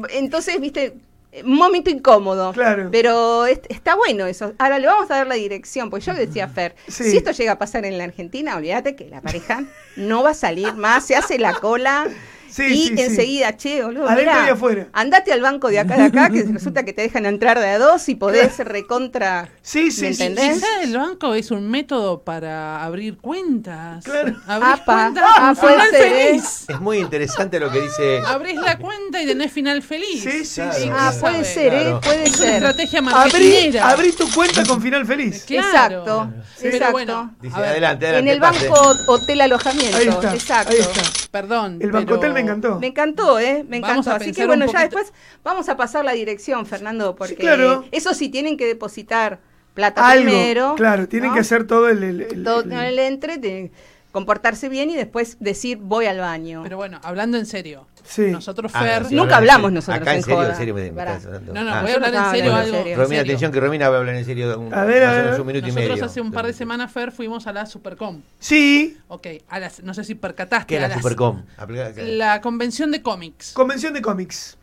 E: Entonces, viste, un momento incómodo.
B: Claro.
E: Pero es- está bueno eso. Ahora le vamos a dar la dirección, porque yo le decía a Fer,
B: Sí.
E: si esto llega a pasar en la Argentina, olvídate que la pareja no va a salir más, se hace la cola.
B: Sí,
E: y
B: sí, sí.
E: enseguida, che, boludo,
B: Adentro
E: mirá,
B: y afuera.
E: andate al banco de acá de acá,
B: (laughs)
E: que resulta que te dejan entrar de a dos y podés recontra
B: Sí, sí,
E: ¿Me
B: sí,
E: entendés?
B: sí, sí.
D: quizá el banco es un método para abrir cuentas.
B: Claro.
D: Abrís
E: Apa,
D: cuentas,
E: ah,
D: un
E: puede
D: final
E: ser, ¿eh?
D: feliz.
A: Es muy interesante lo que dice.
D: Abrís la cuenta y tenés final feliz.
B: Sí, sí,
A: Claro.
B: sí.
E: Ah, puede
D: Sabe,
E: ser,
A: claro.
E: ¿eh? Puede
D: Es una
E: ser.
D: estrategia
B: Abrí,
D: marketingera.
B: abrí tu cuenta con final feliz.
D: Claro.
E: Exacto,
D: Pero
E: exacto.
D: bueno,
A: Dice,
D: a ver,
A: adelante,
E: En
A: adelante.
E: el
A: pase.
E: banco hotel alojamiento.
B: Ahí está.
E: Exacto.
B: Ahí está.
D: perdón.
B: El
D: pero-
B: Bancotel me encantó.
E: Me encantó, ¿eh? Me
D: Vamos
E: encantó.
D: a
E: Así
D: pensar
E: que
D: un
E: bueno, ya
D: poquito.
E: después vamos a pasar la dirección, Fernando, porque
B: claro.
E: eso sí tienen que depositar plata
B: Algo.
E: primero.
B: claro, tienen
E: ¿no?
B: que hacer todo el. el- el-
E: Todo
B: el-
E: en el entre, de comportarse bien y después decir voy al baño.
D: Pero bueno, hablando en serio.
B: Sí.
D: Nosotros,
A: Ah,
D: Fer.
A: no, sí, ahora
E: Nunca
A: en
E: hablamos
A: serio.
E: nosotros,
A: Acá en
E: en
A: serio,
E: joda.
A: en serio me, me
E: Pará.
A: estás hablando.
D: No, no,
A: Ah.
D: voy a hablar en serio
E: Bueno,
D: algo.
E: Romina,
D: en
A: Romina,
D: serio.
A: atención, que Romina va a hablar en serio. Un,
B: A ver, a
A: más o
B: ver,
A: menos
B: a ver.
A: un minuto y medio.
D: Nosotros hace un par de semanas, Fer, fuimos a la Supercom.
B: Sí,
D: Ok, a las, no sé si percataste.
A: ¿Qué es
D: a
A: la
D: las-
A: Supercom? Aplica- que-
D: La convención de cómics.
B: convención de cómics.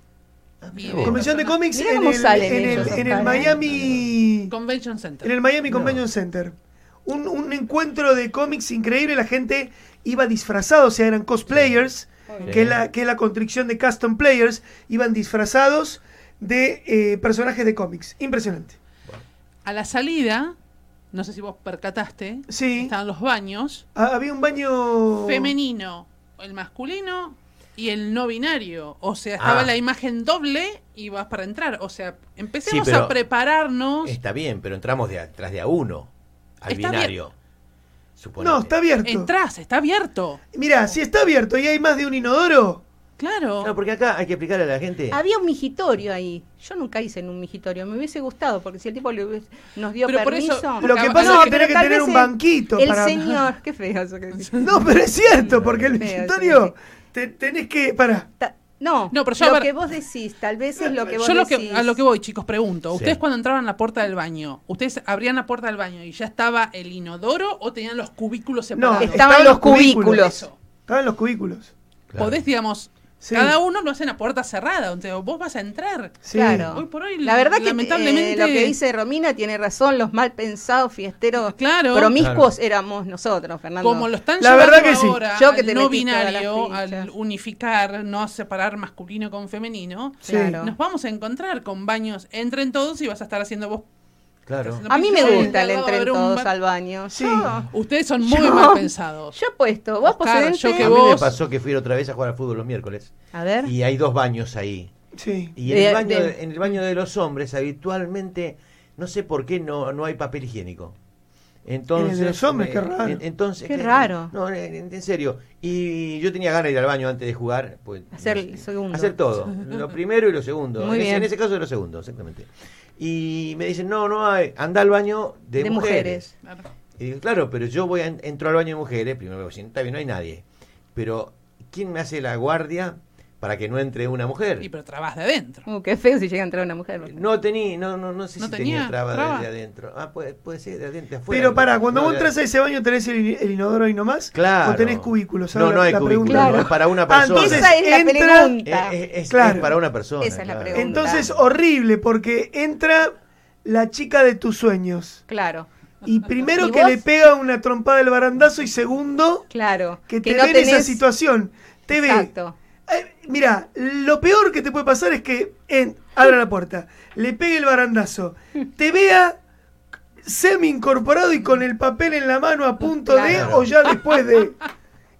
D: Y-
A: mira vos.
B: Convención de cómics
E: Mirá
B: en
E: cómo
B: el,
E: salen
B: en
E: ellos,
B: el, en el
E: Oscar, ¿eh?
B: Miami.
D: Convention Center.
B: En el Miami
A: No.
B: Convention Center. Un, un encuentro de cómics increíble. La gente iba disfrazada, o sea, eran cosplayers,
A: Sí.
B: que, es la, que es la constricción de custom players. Iban disfrazados de eh, personajes de cómics. Impresionante.
D: A la salida, no sé si vos percataste,
B: Sí.
D: estaban los baños.
B: Ah, había un baño.
D: Femenino, el masculino y el no binario. O sea, estaba
A: Ah.
D: la imagen doble y vas para entrar. O sea, empecemos
A: Sí, pero-
D: a prepararnos.
A: Está bien, pero entramos de atrás de a uno al
D: Está
A: binario. Suponete.
B: No, está abierto.
D: Entrás, está abierto.
B: Mirá, si está abierto y hay más de un inodoro.
D: Claro.
A: No, porque acá hay que explicarle a la gente.
E: Había un mijitorio ahí. Yo nunca hice en un mijitorio. Me hubiese gustado, porque si el tipo le hubiese- nos dio
D: Pero por
E: permiso.
D: eso-
B: Lo que
D: Acá-
B: pasa
D: no,
B: es que tenés
E: pero
B: que
E: tal
B: tener
E: vez
B: un
E: el-
B: banquito
E: El
B: para.
E: señor, qué feo eso
B: (laughs)
E: que decís.
B: No, pero es cierto, porque el
E: Feo, sí,
B: vestuario. te- tenés que. Para.
E: Ta- No,
D: No, pero yo, a
E: lo
D: ver-
E: que vos decís, tal vez es lo que vos
D: Yo lo
E: decís.
D: que, a lo que voy, chicos, pregunto.
A: Sí.
D: Ustedes cuando entraban a la puerta del baño, ¿ustedes abrían la puerta del baño y ya estaba el inodoro o tenían los cubículos
B: No,
D: separados?
E: Estaban los cubículos.
D: Eso.
B: Estaban los cubículos.
A: Claro.
D: Podés, digamos,
B: Sí.
D: cada uno lo hacen a puerta cerrada, donde vos vas a entrar.
B: Sí.
E: Claro.
D: Hoy por hoy,
E: la verdad que
D: lamentablemente-
E: eh, lo que dice Romina tiene razón, los mal pensados fiesteros
D: Claro.
E: promiscuos éramos nosotros, Fernando.
D: Como lo están
B: La
D: llevando
B: verdad que sí.
D: ahora
E: Yo que
D: al
E: te
D: no
E: metí todas las
D: binario,
E: fichas.
D: al unificar, no separar masculino con femenino,
B: Sí.
E: Claro.
D: nos vamos a encontrar con baños entren todos y vas a estar haciendo vos.
A: Claro.
D: haciendo
E: A mí me
D: pis-
E: gusta el
D: al lado,
E: entren
D: ver un
E: todos
D: ba-
E: al baño.
B: Sí.
E: Yo,
D: Ustedes
E: (laughs)
D: son muy
E: Yo-
D: mal pensados.
E: yo apuesto, vos
D: Oscar,
E: procedente.
D: yo
A: A
D: que
A: mí me
D: vos-
A: pasó que fui otra vez a jugar al fútbol los miércoles.
E: A ver.
A: Y hay dos baños ahí.
B: Sí.
A: Y en, el
E: De-
A: baño,
E: Eh, de-
A: en el baño de los hombres, habitualmente, no sé por qué no, no hay papel higiénico. Entonces,
B: En el de los hombres, qué raro.
A: en- entonces,
E: Qué
A: que-
E: raro.
A: No, en, en- en serio. Y yo tenía ganas de ir al baño antes de jugar. pues,
E: Hacer
A: no
E: el segundo.
A: Hacer todo. Lo primero y lo segundo.
E: Muy
A: en, ese,
E: bien.
A: en ese caso, lo segundo, exactamente. Y me dicen, no, no, hay, anda al baño de,
E: De
A: mujeres.
E: mujeres.
D: Claro.
A: Y digo, claro, pero yo voy a en- entro al baño de mujeres, primero veo si está bien, no hay nadie. Pero, ¿quién me hace la guardia para que no entre una mujer?
D: Y pero trabas de adentro.
E: Uh, qué feo si llega a entrar una mujer.
A: No tenía, no, no, no sé
D: No
A: si tenía,
D: tenía
A: traba,
D: traba.
A: De, de adentro. Ah, puede, puede ser, de adentro de afuera.
B: Pero pará, cuando
A: No,
B: vos
A: de-
B: entras a ese baño, ¿tenés el, in- el inodoro ahí nomás?
A: Claro.
B: ¿O tenés cubículos?
A: No, no hay cubículos,
E: Claro.
A: no, es para una
B: Ah,
A: persona.
B: entonces
E: Esa es la
B: entra-
A: Eh,
E: pregunta.
A: eh, es,
B: Claro.
A: es para una persona.
E: Esa es la
A: claro.
E: pregunta.
B: Entonces, horrible, porque entra la chica de tus sueños.
E: Claro, (laughs)
B: Y primero
E: ¿Y
B: que
E: vos?
B: le pega una trompada al barandazo y segundo
E: claro.
B: que te
E: no
B: ve en esa
E: tenés-
B: situación. Te ve.
E: Exacto.
B: Eh, mira, lo peor que te puede pasar es que en- abra la puerta, le pegue el barandazo, te vea semi incorporado y con el papel en la mano a punto de
A: Claro.
B: o ya después de.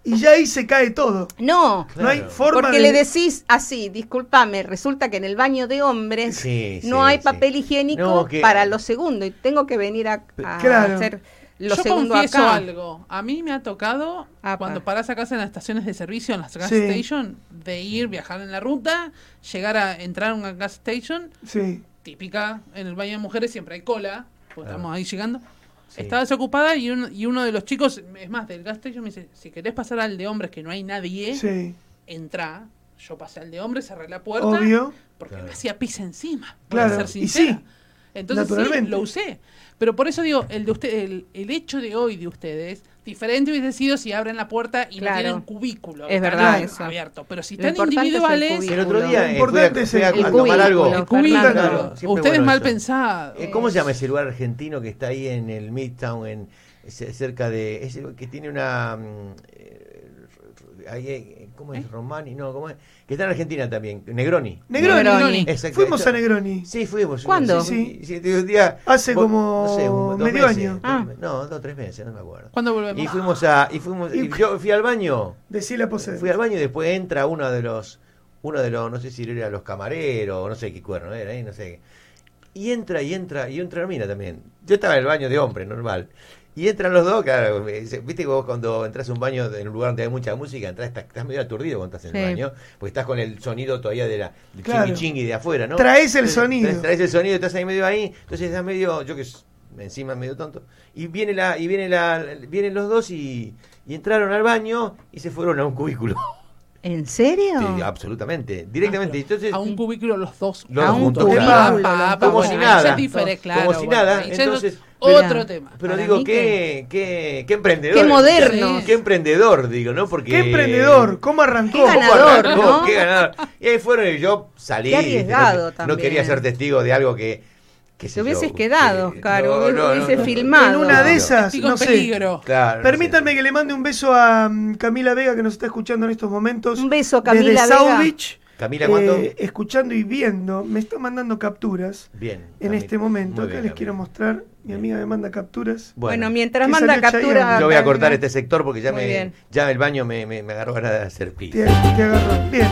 B: Y ya ahí se cae todo.
E: No,
B: No hay
A: Claro.
B: forma
E: porque
B: de-
E: le decís así, discúlpame, resulta que en el baño de hombres
A: Sí,
E: no
A: sí,
E: hay
A: sí.
E: papel higiénico
A: No, que-
E: para lo segundo y tengo que venir a, a
B: Claro.
E: hacer lo
D: Yo
E: segundo
D: confieso
E: acá.
D: algo. A mí me ha tocado,
E: Apa.
D: cuando parás acá en las estaciones de servicio, en las gas
B: Sí.
D: station, de ir, viajar en la ruta, llegar a entrar a una gas station,
B: Sí.
D: típica, en el baño de mujeres siempre hay cola, porque
A: Claro.
D: estamos ahí llegando.
A: Sí.
D: Estaba desocupada y, un- y uno de los chicos, es más, del gas station me dice, si querés pasar al de hombres que no hay nadie,
E: ¿Eh?
B: Sí.
D: entra. Yo pasé al de hombres, cerré la puerta,
B: Obvio.
D: porque
A: Claro.
D: me hacía pis encima,
B: Claro,
D: para ser
B: y
D: sincera.
B: sí,
D: Entonces sí,
B: naturalmente.
D: lo usé. Pero por eso digo, el de usted, el, el hecho de hoy de ustedes, diferente hubiese sido si abren la puerta y
E: Claro.
D: no tienen cubículo.
E: Es
D: están
E: verdad
B: eso.
D: Abierto. Pero si
E: Lo
D: están
E: importante es el
D: individuales,
E: cubículo.
A: El otro día
B: Lo
A: eh, fui a,
B: importante es
A: fui a-
B: el
A: a tomar algo.
E: cubículo.
D: el cubículo.
B: Fernando.
A: Claro, siempre
D: ustedes
A: bueno
D: mal
A: eso.
D: pensados.
A: Eh, ¿Cómo se llama ese lugar argentino que está ahí en el Midtown, en, ce- cerca de... ese que tiene una... mm, eh, r- r- ahí, eh, ¿Cómo es? Romani, no, ¿cómo es? Que está en Argentina también, Negroni.
B: Negroni.
E: Negroni.
A: Exacto.
B: Fuimos a Negroni.
A: Sí, fuimos.
E: ¿Cuándo?
A: Sí, sí, sí, un día-
B: Hace
A: vos-
B: como
A: un- dos
B: medio
A: meses,
B: año.
A: dos
E: Ah.
A: me- No, dos, tres meses, no me acuerdo.
D: ¿Cuándo volvemos?
A: Y fuimos a... Y fuimos, y
B: Y-
A: yo fui al baño.
B: Decí la posee.
A: Fui al baño y después entra uno de los, uno de los, no sé si era los camareros, o no sé qué cuerno era, eh, no sé. Y entra y entra y entra una mina también. Yo estaba en el baño de hombre, normal. Y entran los dos, claro, me dice, viste que vos cuando entras a un baño de- en un lugar donde hay mucha música, entras, estás, estás medio aturdido cuando estás en el
E: Sí.
A: baño, porque estás con el sonido todavía de la del
B: Claro.
A: chingui chingui de afuera, ¿no?
B: Traes el
A: Entonces,
B: sonido.
A: Traes, traes el sonido, estás ahí medio ahí, entonces estás medio, yo que s- encima medio tonto. Y viene la, y viene la, vienen los dos y, y entraron al baño y se fueron a un cubículo.
E: ¿En serio?
A: Sí, absolutamente,
E: Ah,
A: directamente. Entonces,
D: Ah, a un cubículo los dos.
A: Los
E: A un
A: juntos,
E: cubículo,
A: claro.
E: los
D: Pa, pa,
E: dos.
A: Como
D: bueno,
A: si
D: ahí
A: nada.
D: ya es diferente, claro,
A: Como si
D: bueno,
A: nada,
D: ahí ya es
A: entonces-
D: otro
E: Mirá.
D: tema.
A: pero
E: para
A: digo,
E: mí
A: qué,
E: que-
A: qué, qué emprendedor.
E: Qué moderno.
A: Qué emprendedor, digo, ¿no? Porque...
B: Qué emprendedor, cómo arrancó.
E: Qué
A: ¿Cómo
E: ganador,
A: arrancó?
E: ¿no?
A: Qué ganador. Y ahí fueron y yo salí.
E: Qué
A: ¿viste?
E: arriesgado
A: no, que- no
E: también.
A: quería ser testigo de algo que... que
E: Te hubieses quedado, Oscar, hubiese- hubiese filmado.
B: En una
A: No,
B: de
A: Ah, no.
B: esas,
D: Estoy con
B: no sé.
D: peligro.
A: Claro, no sé.
B: Permítanme que le mande un beso a mm, Camila Vega que nos está escuchando en estos momentos.
E: Un beso, Camila
B: desde
E: Vega.
B: South Beach,
A: Camila, ¿cuánto?
B: eh, escuchando y viendo, me está mandando capturas
A: Bien.
B: en
A: Camila.
B: este momento.
A: Muy
B: Acá
A: bien,
B: les
A: Camila.
B: quiero mostrar. Mi amiga me manda capturas.
E: Bueno, mientras
B: Que
E: manda
B: salió
E: captura.
B: Chayanne.
A: Yo voy a cortar este sector porque ya
E: Muy
A: me,
E: bien.
A: ya el baño me, me, me agarró ganas de hacer pis.
B: Te, te agarró. Bien.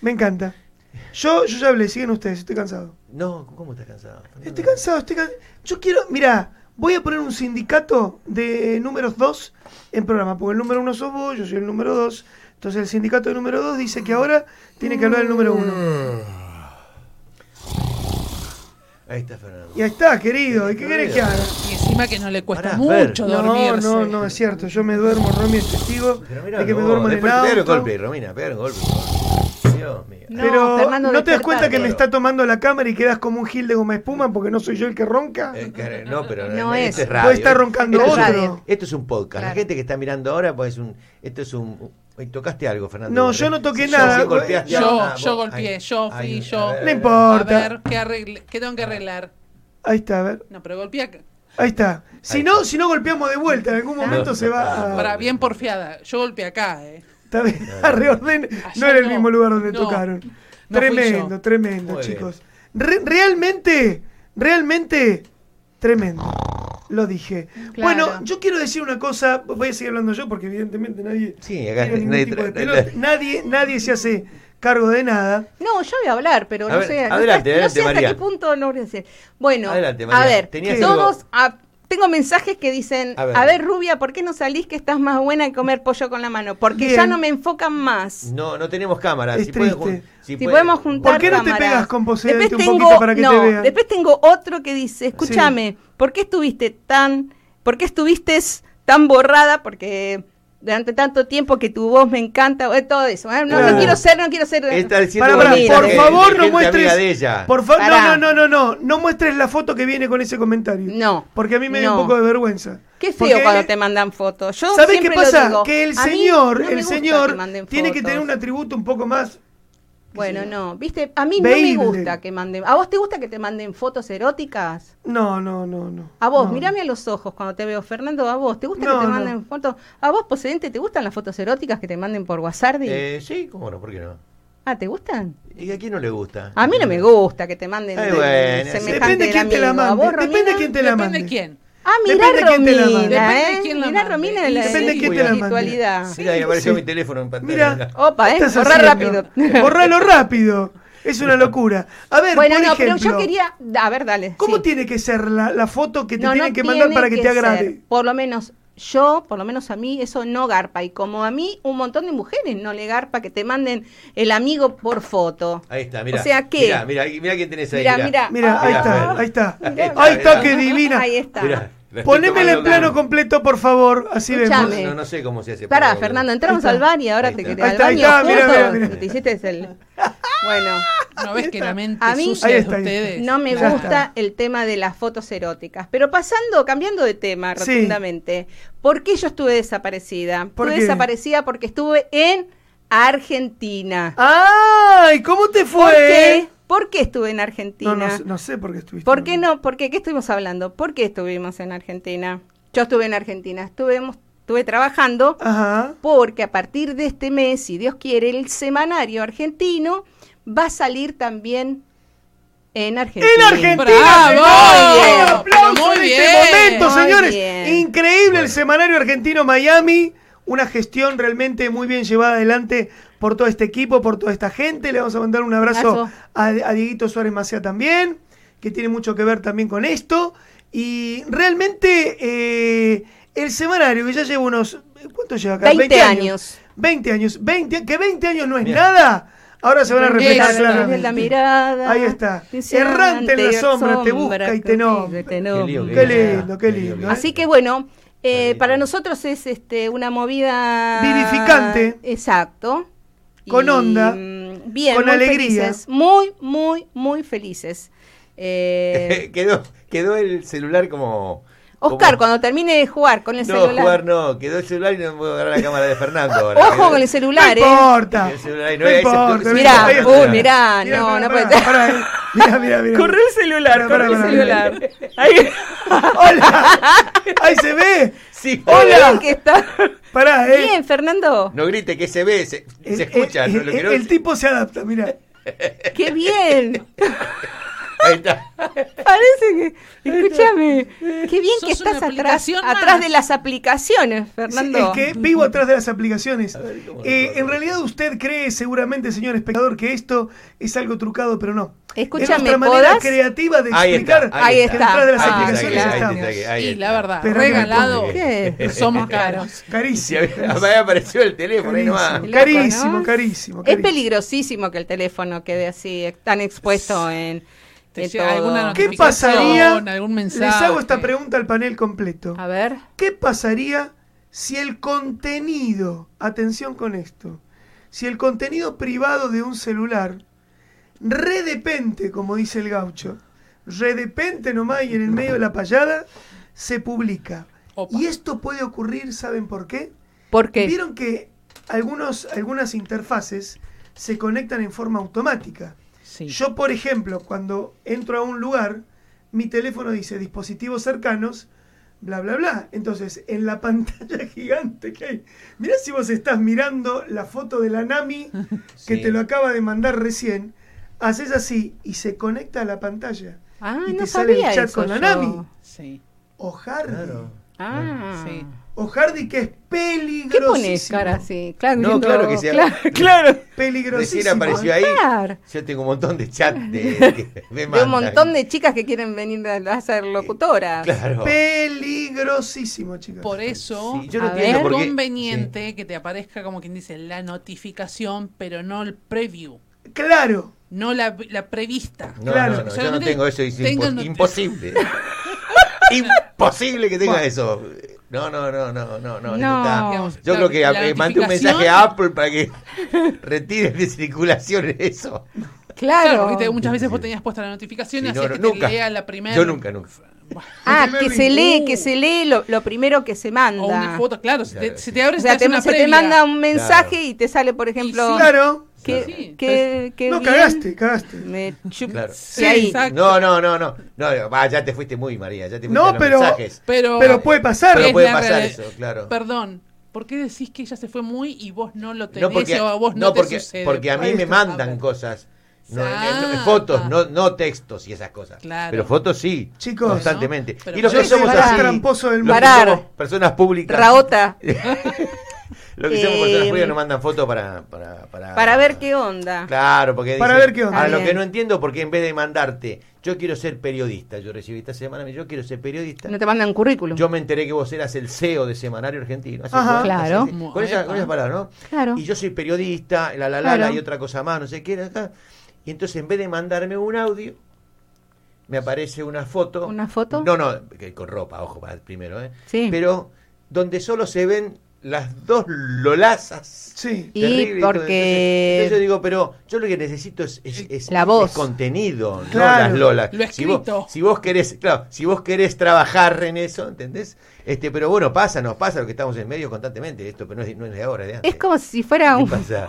B: Me encanta. Yo, yo ya hablé, siguen ustedes, estoy cansado.
A: No, ¿cómo estás cansado?
B: Estoy cansado, estoy cansado. Yo quiero, mira, voy a poner un sindicato de números 2 en programa, porque el número 1 sos vos, yo soy el número 2. Entonces el sindicato de número 2 dice que ahora tiene que hablar el número 1.
A: Ah. Ahí está Fernando.
B: Y ahí está, querido, ¿y qué querés que haga?
D: Y encima que no le cuesta
A: Pará, Fer.
D: mucho
B: No,
D: dormirse.
B: no, no, es cierto, yo me duermo, Romy es testigo
A: Pero
B: de
A: mirá,
B: que me
A: vos,
B: duermo en el
A: después pegar un
B: auto.
A: golpe, Romina, pegar un golpe. Dios mío.
E: No,
B: Pero
E: Fernando,
B: no te das cuenta
E: despertate.
B: que me está tomando la cámara y quedas como un gil de goma espuma porque no soy yo el que ronca.
A: Eh, que- no, pero
E: No
A: eh,
E: es.
A: esto es
E: Puede
A: radio.
B: estar roncando
A: esto, Es un,
B: otro.
A: esto es un podcast. La
E: Claro.
A: gente que está mirando ahora, pues es un. Esto es un. uy, tocaste algo, Fernando. eh.
B: No, yo no toqué
A: Sí,
B: nada,
A: sí golpeaste
D: Yo,
A: algo. Ah,
D: yo
A: vos-
D: golpeé,
A: ahí,
D: yo fui,
A: ahí,
D: yo.
A: a ver,
B: No
A: a ver.
B: importa.
D: A ver, ¿qué, arregle- qué tengo que arreglar?
B: Ahí está, a ver.
D: No, pero golpea acá.
B: Ahí está. Si
A: Ahí
B: no,
A: está.
B: si no golpeamos de vuelta, en algún momento
A: No,
B: se va a...
A: no,
D: Para, bien porfiada. Yo golpeé acá, eh.
B: Está bien, (laughs) a reorden. No era el
D: no,
B: mismo lugar donde
D: no,
B: tocaron.
D: no fui
B: tremendo,
D: yo.
B: tremendo,
A: Muy
B: chicos. Re- realmente, realmente, tremendo. Lo dije.
E: Claro.
B: Bueno, yo quiero decir una cosa. Voy a seguir hablando yo porque, evidentemente, nadie.
A: Sí, acá
B: tiene ningún
A: nadie
B: tipo de
A: tra-
B: pelota. nadie, nadie se hace cargo de nada.
E: No, yo voy a hablar, pero
A: A
E: no
A: ver,
E: sé, no
A: adelante,
E: sé- no
A: adelante,
E: sé hasta
A: María.
E: qué punto no voy a decir. Bueno,
A: Adelante, María.
E: a ver,
A: Tenías
E: todos
A: algo.
E: a- Tengo mensajes que dicen,
A: A
E: a
A: ver.
E: ver, Rubia, ¿por qué no salís que estás más buena en comer pollo con la mano? Porque
B: Bien.
E: ya no me enfocan más.
A: No, no tenemos cámara.
B: Es
A: si pueden jun-
B: triste.
A: si
E: Si
A: pueden-
E: podemos juntar
B: ¿Por qué no te
E: cámaras.
B: pegas con Poseidón
E: Después
B: un
E: tengo-
B: poquito para que
E: no,
B: te vean?
E: Después tengo otro que dice, escúchame, ¿por qué estuviste tan, por qué estuviste tan borrada? Porque durante tanto tiempo que tu voz me encanta, eh, todo eso. eh, No, no
B: Claro.
E: quiero ser, no quiero ser.
A: Está diciendo
B: Pará, pará,
A: que
E: Mira.
B: por
A: es
B: favor no
A: gente amiga
B: muestres.
A: de ella.
B: Por favor, no, no,
E: Pará.
B: no, no, no. No muestres la foto que viene con ese comentario.
E: No,
B: Porque a mí me dio
E: no.
B: un poco de vergüenza.
E: Qué feo
B: Porque
E: cuando
B: él-
E: te mandan fotos. Yo
B: ¿Sabes qué
E: siempre lo
B: pasa?
E: digo,
B: que el
E: a mí
B: señor,
E: no me
B: el
E: gusta que
B: señor
E: manden
B: tiene que
E: fotos.
B: tener un atributo un poco más.
E: Bueno, no, viste, a mí
B: Veíble.
E: no me gusta que manden. ¿A vos te gusta que te manden fotos eróticas?
B: No, no, no, no.
E: A vos,
B: no.
E: mírame a los ojos cuando te veo, Fernando, a vos, ¿te gusta
B: No,
E: que
B: no.
E: te manden fotos? A vos, Poseidente, ¿te gustan las fotos eróticas que te manden por WhatsApp? Di?
A: Eh, sí, cómo no, ¿por qué no?
E: ah, ¿te gustan?
A: ¿Y a quién no le gusta?
E: A mí no me gusta que te manden
A: Ay,
E: de-
A: bueno,
E: semejante
B: Depende de quién te la
E: amigo. ¿A
B: mande.
E: vos,
B: Depende de
E: Romina?
B: quién te la
D: Depende
B: mande.
D: de quién.
E: Ah, mirá
B: Depende de quién te la
E: Romina,
B: mande.
D: Depende de
E: ¿eh?
D: quién la
E: mirá
D: mande.
E: Romina de la
B: Depende de quién te la mande.
E: espiritualidad.
A: Mira, ahí apareció
B: sí.
A: mi teléfono en pantalla.
B: Mira.
E: Opa, eh,
B: estás
E: borrá
B: haciendo?
E: rápido.
B: Borralo rápido. Es
E: (laughs)
B: una locura. A ver,
E: Bueno,
B: por
E: no, pero
B: ejemplo,
E: yo quería... A ver, dale.
B: ¿Cómo
E: sí.
B: tiene que ser la, la foto que te
E: No, no
B: tienen que mandar
E: tiene
B: para que, te agrade?
E: ser. Por lo menos yo, por lo menos a mí, eso no garpa. Y como a mí, un montón de mujeres no le garpa que te manden el amigo por foto.
A: Ahí está, mira.
E: O sea que-
A: Mira, mira, mira quién tenés ahí.
E: Mirá,
A: mirá.
E: mirá.
B: Mira,
E: Ah,
B: ahí
A: mirá,
B: está,
A: Fer.
B: ahí está.
A: Ahí está,
B: Ahí está,
A: mirá.
B: qué divina.
E: Ahí está.
A: Mirá, la
B: Ponémela en
A: estoy tomando
B: plano
A: acá.
B: completo, por favor. Así vemos.
E: Escuchame.
A: No, no sé cómo se hace.
E: Pará,
A: pero-
E: Fernando, entramos
B: Ahí
E: al
B: está.
E: bar y ahora
A: Ahí
E: te
A: está.
E: querés
B: Ahí
E: al
B: está, ahí
E: baño
B: está, mirá,
E: juntos.
B: mirá, mirá.
E: Te hiciste el...
A: (laughs)
E: Bueno,
D: ¿No ves que la mente
E: A mí-
D: sucia
B: Ahí
D: de
B: está, ahí está.
D: ustedes?
E: no me
B: Ya
E: gusta
B: está.
E: el tema de las fotos eróticas. Pero pasando, cambiando de tema
B: Sí.
E: rotundamente. ¿Por qué yo estuve desaparecida?
B: ¿Por
E: estuve
B: qué?
E: desaparecida porque estuve en Argentina.
B: Ah, ¡Ay! ¿Cómo te
E: ¿Por qué?
B: fue?
E: ¿Por qué estuve en Argentina?
B: No, no, sé- no sé por qué estuviste.
E: ¿Por qué no? ¿Por qué? ¿Qué estuvimos hablando? ¿Por qué estuvimos en Argentina? Yo estuve en Argentina, estuvimos, estuve trabajando
B: Ajá.
E: porque a partir de este mes, si Dios quiere, el semanario argentino va a salir también en Argentina.
B: ¡En Argentina!
D: ¡Bravo!
B: señores!
E: Muy
B: ¡Un aplauso
D: bien.
B: en
D: Muy
B: este momento,
E: bien.
B: señores!
E: Muy bien.
B: Increíble
A: Bueno.
B: el semanario argentino Miami. Una gestión realmente muy bien llevada adelante por todo este equipo, por toda esta gente. Le vamos a mandar un abrazo
E: Abrazo.
B: a, a Dieguito Suárez Macea también, que tiene mucho que ver también con esto. Y realmente eh, el semanario, que ya lleva unos... ¿Cuánto lleva acá?
E: 20 años.
B: 20 años. 20, que 20 años no es
A: Bien.
B: nada. Ahora se van a reflejar
D: Eso,
B: claramente.
E: Desde la mirada,
B: Ahí está.
E: dice,
B: Errante en la
E: ante
B: sombra, te busca y te nombra.
E: te
A: Qué lío
E: nombra.
B: Qué
A: era.
B: lindo, qué lindo, ¿eh?
E: Así que bueno, eh,
A: Buenísimo.
E: para nosotros es este una movida
B: Vivificante.
E: Exacto.
B: Con onda.
E: mm, Bien,
B: Con
E: muy
B: alegría.
E: felices, muy, muy, muy felices.
A: (laughs)
E: Eh,
A: quedó, quedó el celular como.
E: Oscar,
A: como-
E: cuando termine de jugar con el
A: No,
E: celular.
A: jugar no. Quedó el celular y no puedo agarrar la cámara de Fernando. ahora.
E: Ojo
A: Quedó-
E: con el
B: No
E: celular, eh.
B: importa.
A: Quedó el celular y no
B: No
A: es-
B: importa,
E: Mirá,
B: Ahí está.
E: uy, mirá, no,
B: pará,
E: no
B: pará,
E: puede ser.
B: pará, eh. Mirá, mirá, mirá.
E: (laughs) Corre el celular,
B: Pará,
E: corre el
B: pará,
E: celular.
B: (laughs)
E: Ahí.
B: ¡Hola! ¡Ahí se ve!
A: Sí,
B: ¡Hola!
E: Que está.
B: Pará, eh.
E: Bien, Fernando.
A: No grite que se ve, se, se
B: El-
A: escucha.
B: el,
A: no, lo que no-
B: el tipo se adapta, mirá. Eh.
E: Qué bien.
A: Ahí está.
E: Parece que. Escúchame. Qué bien
D: Sos
E: que
D: una
E: estás atrás,
D: aplicación
E: atrás
D: más.
E: de las aplicaciones, Fernando.
B: Sí, es que vivo atrás de las aplicaciones.
A: ver, ¿cómo
B: Eh,
A: lo puedo
B: en realidad usted cree seguramente, señor espectador, que esto es algo trucado, pero no.
E: Eh, Escúchame,
B: es nuestra manera
E: ¿podás?
B: creativa de
A: Ahí está,
B: explicar
E: ahí
B: que
E: está.
B: atrás de las
E: Ah,
B: aplicaciones
E: claro.
B: estamos.
A: Ahí está.
D: Y la verdad,
B: Pero
D: regalado,
E: ¿Qué?
D: somos caros.
A: Si
B: Carísimo.
A: había- (laughs) me apareció el teléfono ahí nomás.
B: Carísimo,
E: Loco,
B: carísimo,
E: ¿no?
B: carísimo.
E: Es
B: carísimo.
E: peligrosísimo que el teléfono quede así, eh, tan expuesto en.
D: Te
E: en
D: llega
E: todo.
D: alguna
B: ¿Qué
D: notificación,
B: pasaría?
D: algún mensaje.
B: Les hago esta pregunta al panel completo.
E: A ver.
B: ¿Qué pasaría si el contenido, atención con esto, si el contenido privado de un celular, redepente, como dice el gaucho, redepente nomás y en el medio de la payada, se publica?
D: Opa.
B: Y esto puede ocurrir, ¿saben por qué?
E: ¿Por qué?
B: Vieron que algunos, algunas interfaces se conectan en forma automática.
D: Sí.
B: Yo, por ejemplo, cuando entro a un lugar, mi teléfono dice dispositivos cercanos, bla, bla, bla. Entonces, en la (laughs) pantalla gigante que hay, mirá si vos estás mirando la foto de la
E: (laughs)
B: Nami que
A: Sí.
B: te lo acaba de mandar recién, haces así y se conecta a la pantalla.
E: Ah,
B: y
E: no
B: te sale
E: sabía
B: el chat
E: eso
B: con la
E: yo.
B: Nami.
D: Sí.
B: O Hardy.
E: Ah.
D: Sí.
B: O Hardy que es
E: ¿Qué
B: peligrosísimo.
E: pones cara así? Claro,
A: No,
E: diciendo-
A: claro que sea-
E: Claro, claro.
A: Recién
B: Peligrosísimo.
A: apareció ahí.
E: Claro.
A: Yo tengo un montón de chat de, que me
E: De un
A: mandan.
E: montón de chicas que quieren venir a a ser locutoras.
A: Claro.
B: Peligrosísimo. grosísimo, chicos.
D: Por eso
A: Sí, yo no
E: A
A: entiendo
E: ver.
A: por qué-
D: conveniente que te aparezca, como quien dice, la notificación, pero no el preview,
B: Claro.
D: no la, la prevista.
A: No,
B: Claro,
A: no, no, yo no
D: solamente
A: tengo eso, es
D: tengo
A: impo-
D: noti-
A: imposible. imposible que tenga eso. No, no, no, no, no, no. eso
E: No.
A: está-
D: Digamos,
A: Yo
D: la-
A: creo que
D: la
A: eh, mandé un mensaje a Apple para que (laughs) retire de circulación eso.
D: Claro,
E: Claro.
D: porque te- muchas veces vos tenías puesta la notificación y
A: Sí, no,
D: hacías
A: no,
D: que
A: nunca.
D: te lea la primera.
A: Yo nunca,
D: (laughs)
A: nunca.
E: Ah,
B: Primer
E: que
B: link.
E: se lee, que se lee lo, lo primero que se manda.
D: O una foto, claro, se te,
A: Claro,
D: se
A: sí.
D: te abre
E: O sea,
D: te hace
E: te,
D: una
E: se te
D: previa.
E: manda un mensaje
A: Claro.
E: y te sale, por ejemplo,
D: sí.
B: Claro.
E: que,
D: Sí.
E: que- que
B: No,
E: bien
B: cagaste, cagaste.
E: me chup-
A: Pues, Claro.
E: Sí, ahí.
D: exacto.
A: No, no, no, no. no digo, va, ya te fuiste muy, María. Ya te fuiste
B: No,
A: a los
B: pero-
A: mensajes.
D: Pero,
B: Pero puede pasar.
A: Pero
D: es
A: puede
D: la
A: pasar
D: realidad.
A: eso, claro.
D: Perdón, ¿por qué decís que ella se fue muy y vos no lo tenés
A: No porque,
D: o a vos no,
A: no, porque,
D: te sucede?
A: porque a mí
B: Ahí
A: me
B: está.
A: mandan
D: Ah,
A: cosas. No,
D: Ah.
A: eh, no, fotos, no, no textos y esas cosas.
D: Claro.
A: Pero fotos sí,
B: Chicos.
A: constantemente.
D: Pero
A: y los
D: por
A: que
B: Yo
D: eso
B: soy el
A: somos
B: más
A: así,
B: tramposo del
A: los que
B: mundo.
E: Parar.
A: somos personas públicas,
E: Raota,
A: los que somos personas
E: Eh,
A: públicas nos mandan fotos para, para, para...
E: para ver qué onda.
A: Claro, porque
B: Para
A: dicen,
B: ver qué onda.
A: Ahora, lo
E: Bien.
A: que no entiendo, porque en vez de mandarte, yo quiero ser periodista, yo recibí esta semana, me dijo, yo quiero ser periodista.
E: No te mandan currículum.
A: Yo me enteré que vos eras el CEO de Semanario Argentino. Así
B: Ajá.
A: fue,
E: Claro.
A: así, así. Con, esa, con esas palabras, ¿no?
E: Claro.
A: Y yo soy periodista, la la la
E: Claro.
A: la y otra cosa más, no sé qué. la, la. Y entonces en vez de mandarme un audio, me aparece una foto.
E: ¿Una foto?
A: No, no, que con ropa, ojo, para- primero, ¿eh?
E: Sí.
A: Pero donde solo se ven las dos lolazas.
B: Sí.
E: Y
A: Terrible, entonces-
E: porque-
A: entonces yo digo, pero yo lo que necesito es, es- es-
E: La
A: es
E: voz.
A: contenido, no
B: Claro.
A: las lolas.
D: Lo
A: si vos,
D: escrito.
A: si vos querés, claro, si vos querés trabajar en eso, ¿entendés? Este, pero bueno, pasa, nos pasa lo que estamos en medio constantemente, esto, pero no es, no es de ahora, es de antes.
E: Es como si fuera
A: ¿Qué
E: un, (laughs)
A: pasa?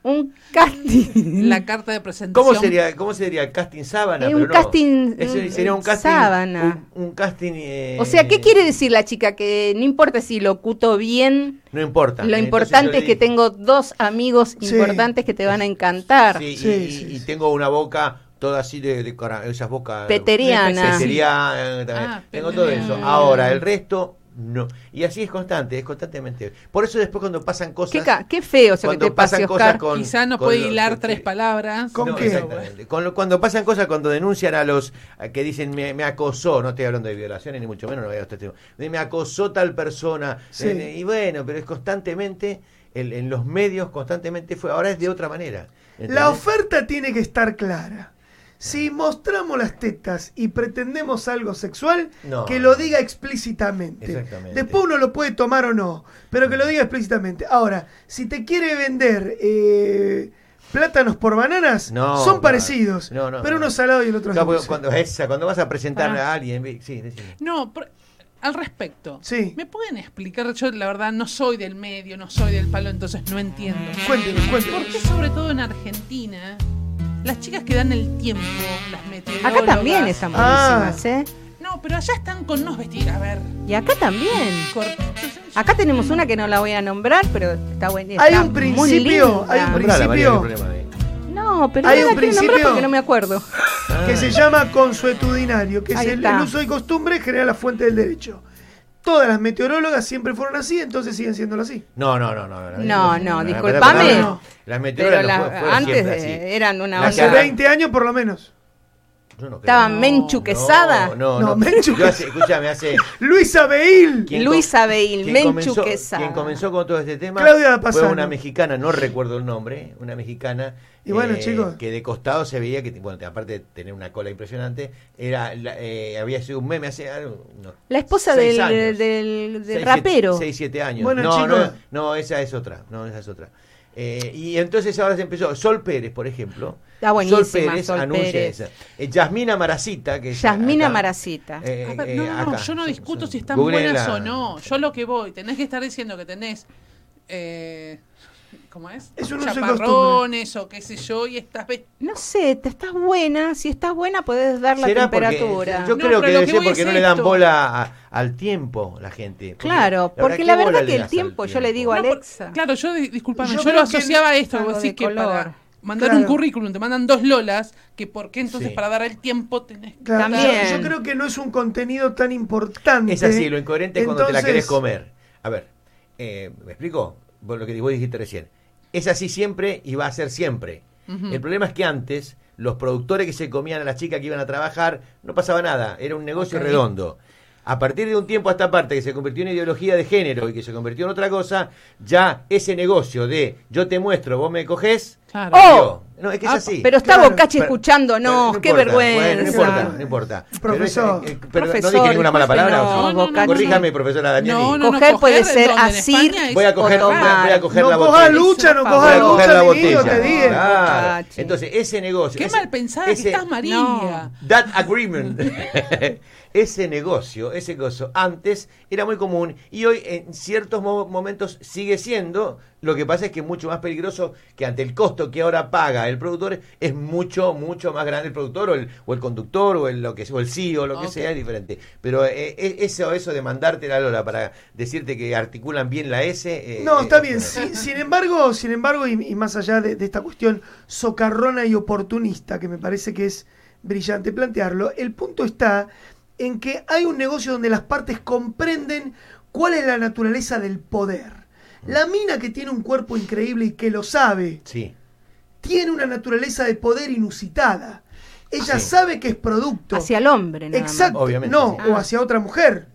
E: un casting.
D: La carta de presentación.
A: ¿Cómo sería, ¿Cómo sería el casting sábana?
E: Eh, un
A: Pero no,
E: casting,
A: ese
E: mm,
A: sería un casting
E: sábana.
A: Un, un casting. eh,
E: O sea, ¿qué quiere decir la chica? Que no importa si locuto bien,
A: No importa.
E: lo
A: Entonces yo
E: importante
A: le
E: es que
A: dije-
E: tengo dos amigos
B: Sí.
E: importantes que te van a encantar.
A: Sí, y-
B: Sí,
A: y,
B: sí,
A: y
B: sí.
A: tengo una boca toda así de, de cara- esas bocas.
E: Peteriana.
A: Petería, eh, también.
D: Ah,
A: tengo todo
D: peteriana.
A: eso. Ahora, el resto, no. Y así es constante, es constantemente. Por eso después cuando pasan cosas.
E: Qué, ca- qué feo eso que
A: cuando
E: te pase,
A: pasan cosas
E: Oscar.
A: con.
D: Quizá no
A: con
D: puede
A: los-
D: hilar
A: con-
D: tres palabras.
B: ¿Con
A: no,
B: qué?
A: exactamente. Con lo- cuando pasan cosas, cuando denuncian a los a que dicen me, me acosó, no estoy hablando de violaciones ni mucho menos, no voy a este tema. De, Me acosó tal persona.
B: Sí.
A: Eh, y bueno, pero es constantemente, en, en los medios constantemente fue. Ahora es de otra manera.
B: La
A: ¿entendés?
B: oferta tiene que estar clara. Si mostramos las tetas y pretendemos algo sexual,
A: No.
B: que lo diga explícitamente.
A: Exactamente.
B: Después uno lo puede tomar o no, pero que lo diga explícitamente. Ahora, si te quiere vender eh, plátanos por bananas,
A: No,
B: son
A: claro.
B: parecidos,
A: No, no,
B: pero
A: no.
B: uno es salado y el otro es
A: Claro, porque
B: dulce.
A: cuando, esa, cuando vas a presentar
D: Pará.
A: a alguien, vi- sí, decime.
D: No, por- al respecto.
B: Sí.
D: ¿Me pueden explicar? Yo la verdad no soy del medio, no soy del palo, entonces no entiendo.
B: Cuéntenos,
D: ¿Por
B: cuéntenos.
D: qué sobre todo en Argentina las chicas que dan el tiempo, las meteorólogas...
E: Acá también están buenísimas,
A: Ah.
E: ¿eh?
D: No, pero allá están con unos vestidos, a ver,
E: Y acá también.
D: cortitos.
E: Acá tenemos una que no la voy a nombrar, pero está buena.
B: Hay
E: está
B: un
E: muy
B: principio,
E: linda.
B: hay un principio.
A: Nombrala, María, no hay problema ahí.
E: No, pero
B: Hay
E: no
B: un
E: la quiero nombrar
B: principio.
E: porque no me acuerdo.
A: Ah,
B: que se llama consuetudinario, que es
E: Ahí
B: el,
E: está.
B: el uso y costumbre genera la fuente del derecho. Todas las meteorólogas siempre fueron así, entonces siguen siéndolo así.
A: No, no, no, no.
E: No, no,
A: la-
E: disculpame,
A: perdón, no, no. Las
E: Pero
A: meteorólogas
E: la-
A: no fue- fueron
E: antes
A: siempre
E: eh,
A: así.
E: eran una
A: La
B: Hace
A: Claro.
E: onda.
A: Carrey-
B: 20 años por lo menos.
A: Yo no creo.
E: Estaba
A: No,
E: menchuquesada.
A: No,
B: No,
A: no, no.
B: Menchu-
A: Yo hace, escúchame, hace.
B: Luisa Beil.
A: quien
E: Luisa
A: com-
E: Beil,
A: quien
E: Menchu
A: comenzó-
E: Quesada.
A: Quien comenzó con todo este tema
B: Claudia
A: fue
B: Pasano.
A: una mexicana, no recuerdo el nombre, una mexicana. eh,
B: Y bueno, chicos.
A: Que de costado se veía que, bueno, aparte de tener una cola impresionante, era la- eh, había sido un meme hace. ah, no,
E: La esposa
A: seis
E: del,
A: años.
E: del- del
A: Seis,
E: rapero.
A: siete- seis, siete años.
B: Bueno,
A: no,
B: chicos.
A: no, no, esa es otra. No, esa es otra. Eh, y entonces ahora se empezó. Sol Pérez, por ejemplo.
E: Está Ah, buenísima,
A: Sol Pérez
E: Sol
A: anuncia
E: Pérez.
A: esa. Eh, Yasmina Maracita, que es
E: Yasmina
A: acá.
E: Maracita.
A: Eh,
D: A ver,
A: eh,
D: no, no, no,
A: acá.
D: yo no discuto si están
A: Googleenla.
D: buenas o no. Yo lo que voy, tenés que estar diciendo que tenés. Eh, ¿Cómo es?
B: Es un uso y
D: Chaparrones o qué sé yo, y estás. ve-
E: No sé, te estás buena. Si estás buena, podés dar la
A: ¿Será porque-
E: temperatura.
A: yo
D: No,
A: creo
D: pero
A: que
D: lo
A: debe
D: que
A: ser
D: voy
A: porque
D: es
A: no le dan
D: esto.
A: bola a- al tiempo la gente. Porque,
E: Claro, porque la
A: ¿qué
E: verdad
A: bola
E: que
A: le
E: el
A: das
E: tiempo,
A: al
E: yo le
A: tiempo?
E: digo a-
D: No, por-
E: Alexa.
D: claro, yo di- disculpame,
B: Yo
D: yo, lo
B: creo que
D: asociaba a esto.
E: algo
D: Vos decís
E: de
D: que
E: color.
D: para mandar un
B: Claro.
D: currículum te mandan dos lolas, que por qué entonces
A: Sí.
D: para dar el tiempo tenés que.
B: Claro,
E: También.
B: Yo, yo creo que no es un contenido tan importante.
A: Es así, lo incoherente es cuando te la
B: Entonces,
A: querés comer. A ver, eh, ¿me explico? Vos lo que vos dijiste recién. Es así siempre y va a ser siempre. El problema es que antes los productores que se comían a las chicas que iban a trabajar no pasaba nada, era un negocio redondo. a partir de un tiempo a esta parte que se convirtió en ideología de género y que se convirtió en otra cosa, ya ese negocio de yo te muestro, vos me cogés,
D: Claro.
E: ¡Oh!
A: no, es que es
D: Ah,
A: así.
E: Pero está
B: Claro,
E: Bocachi
A: pero-
E: escuchándonos,
A: Bueno,
E: qué
A: importa. Bueno, no
E: vergüenza.
A: importa, no importa. Pero es-
B: Profesor.
A: eh, eh, pero no
E: Profesor,
A: dije ninguna mala
E: disculpe,
A: palabra.
E: no,
A: ¿o sí?
E: no, no, no.
A: Corríjame, profesora Danieli.
D: No, no, no,
E: Coger puede
D: coger,
E: ser
D: ¿en dónde? En
E: así,
D: España es
A: Voy a coger, voy a,
E: tomar.
A: voy a coger
B: No
A: la
B: cojas
A: botella.
B: lucha, no
D: Voy
A: Voy
B: cojas
A: a coger la
B: lucha, mi niño,
A: botella.
B: te dije.
E: Ah.
A: Claro.
E: Bocachi.
A: Entonces, ese negocio.
D: Qué
A: ese-
D: mal pensada
A: ese-
D: que estás, María.
E: No.
A: That agreement. (laughs) ese negocio, ese gozo, antes era muy común y hoy en ciertos mo- momentos sigue siendo. Lo que pasa es que es mucho más peligroso que ante el costo que ahora paga el productor es mucho, mucho más grande el productor o el, o el conductor o el, lo que, sea, o el CEO, lo que
D: Ok.
A: sea, es diferente. Pero eh, eh, eso, eso de mandarte la Lola para decirte que articulan bien la S. eh,
B: No,
A: eh,
B: está bien. Sin, sin embargo, sin embargo y, y más allá de, de esta cuestión socarrona y oportunista, que me parece que es brillante plantearlo, el punto está en que hay un negocio donde las partes comprenden cuál es la naturaleza del poder. La mina que tiene un cuerpo increíble y que lo sabe,
A: Sí.
B: tiene una naturaleza de poder inusitada. Ella
A: Ah, Sí.
B: sabe que es producto.
E: Hacia el hombre, nada más.
B: Exacto.
A: Obviamente,
B: no,
A: sí.
B: o hacia otra mujer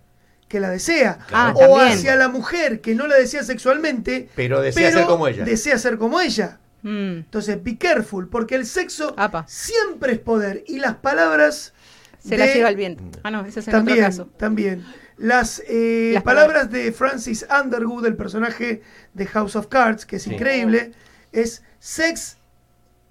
B: que la desea.
A: Claro.
E: Ah,
B: o
E: también.
B: hacia la mujer que no la desea sexualmente.
A: Pero desea ser como ella.
B: Desea ser como ella.
E: Mm.
B: Entonces, be careful, porque el sexo
E: Apa.
B: siempre es poder. Y las palabras.
E: Se la
B: de-
E: lleva el viento. Ah, no, ese es en
B: También,
E: otro caso.
B: también. Las, eh,
E: Las
B: palabras de Francis Underwood, el personaje de House of Cards, que es
A: Sí.
B: increíble, es sex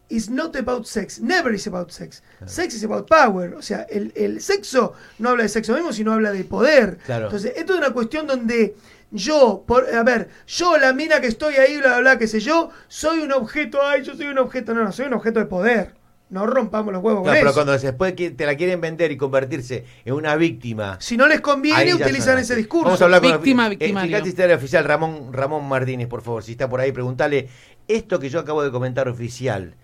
B: is not about sex, never is about sex. Sex is about power. O sea, el, el sexo no habla de sexo mismo, sino habla de poder.
A: Claro.
B: Entonces, esto es una cuestión donde yo, por, a ver, yo, la mina que estoy ahí, bla, bla, bla, qué sé yo, soy un objeto, ay, yo soy un objeto. No, no, soy un objeto de poder. No rompamos los huevos
A: No,
B: con
A: pero
B: eso.
A: cuando después que te la quieren vender y convertirse en una víctima
B: Si no les
A: Ahí
B: conviene,
A: ya
B: utilizan
A: está.
B: ese discurso.
A: Vamos a hablar con
D: Víctima,
A: eh,
D: victimario.
A: fíjate si está el oficial Ramón, Ramón Martínez, por favor, si está por ahí, preguntale esto que yo acabo de comentar oficial.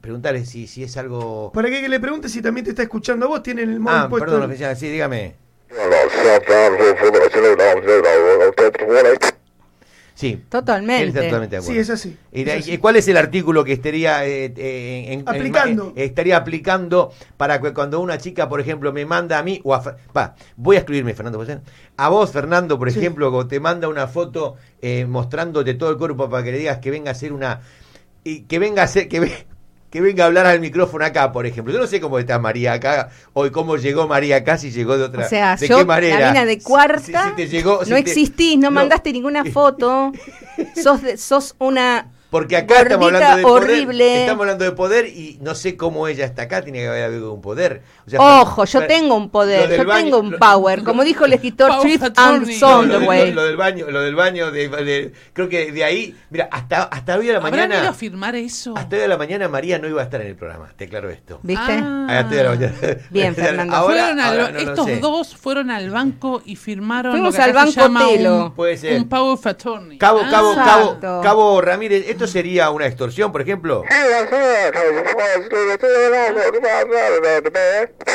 A: Preguntale si, si es algo...
B: ¿Para qué que le preguntes si también te está escuchando a vos? Tienen el móvil
A: Ah,
B: puesto.
A: perdón, oficial, sí, dígame. Sí.
E: Totalmente.
A: Él está totalmente de acuerdo.
B: sí, es así.
A: Y, de
B: Es
A: ahí-
B: así.
A: ¿y ¿Cuál es el artículo que estaría eh, eh, en- en-
B: Aplicando.
A: en- eh, estaría aplicando para que cuando una chica, por ejemplo, me manda a mí o a Fer- pa, voy a excluirme, Fernando, por ejemplo. a vos, Fernando, por
B: Sí.
A: ejemplo, cuando te manda una foto eh, mostrándote todo el cuerpo para que le digas que venga a hacer una y que venga a hacer que ve- que venga a hablar al micrófono acá, por ejemplo. Yo no sé cómo está María acá hoy cómo llegó María acá, si llegó de otra,
E: O sea,
A: de
E: yo,
A: qué manera.
E: la mina de
A: Si-
E: cuarta,
A: si- si te llegó- si
E: no
A: te-
E: existís, no,
A: (laughs)
E: mandaste ninguna foto, sos, de- sos una...
A: Porque acá estamos
E: Gordita,
A: hablando de poder.
E: horrible.
A: Estamos hablando de poder y no sé cómo ella está acá, tiene que haber habido un poder. O sea,
E: Ojo, yo
A: Fer-
E: tengo un
A: lo
E: poder,
A: del
E: yo
A: baño-
E: tengo un
A: lo-
E: power, como dijo el escritor
D: Power
E: Triff
D: attorney.
A: No, lo, del,
E: Underway.
A: lo- lo del baño, lo del baño de, de- creo que de ahí, mira, hasta hasta hoy a la
D: ¿Habrán ido
A: mañana,
D: a firmar eso?
A: hasta hoy a la mañana María no iba a estar en el programa, te aclaro esto.
E: ¿Viste?
D: Ah.
A: Hasta hoy a la mañana. (laughs)
E: Bien, Fernando.
D: Fueron al-
A: ahora no lo
D: estos
A: sé.
D: dos fueron al banco y firmaron
E: Fuimos
D: lo que acá
E: al
D: se
E: banco
D: llama
E: Telo.
D: un,
A: Puede ser.
D: un power of attorney.
A: Cabo,
D: Ah,
A: cabo,
E: Exacto.
A: cabo, cabo Ramírez, ¿esto sería una extorsión, por ejemplo?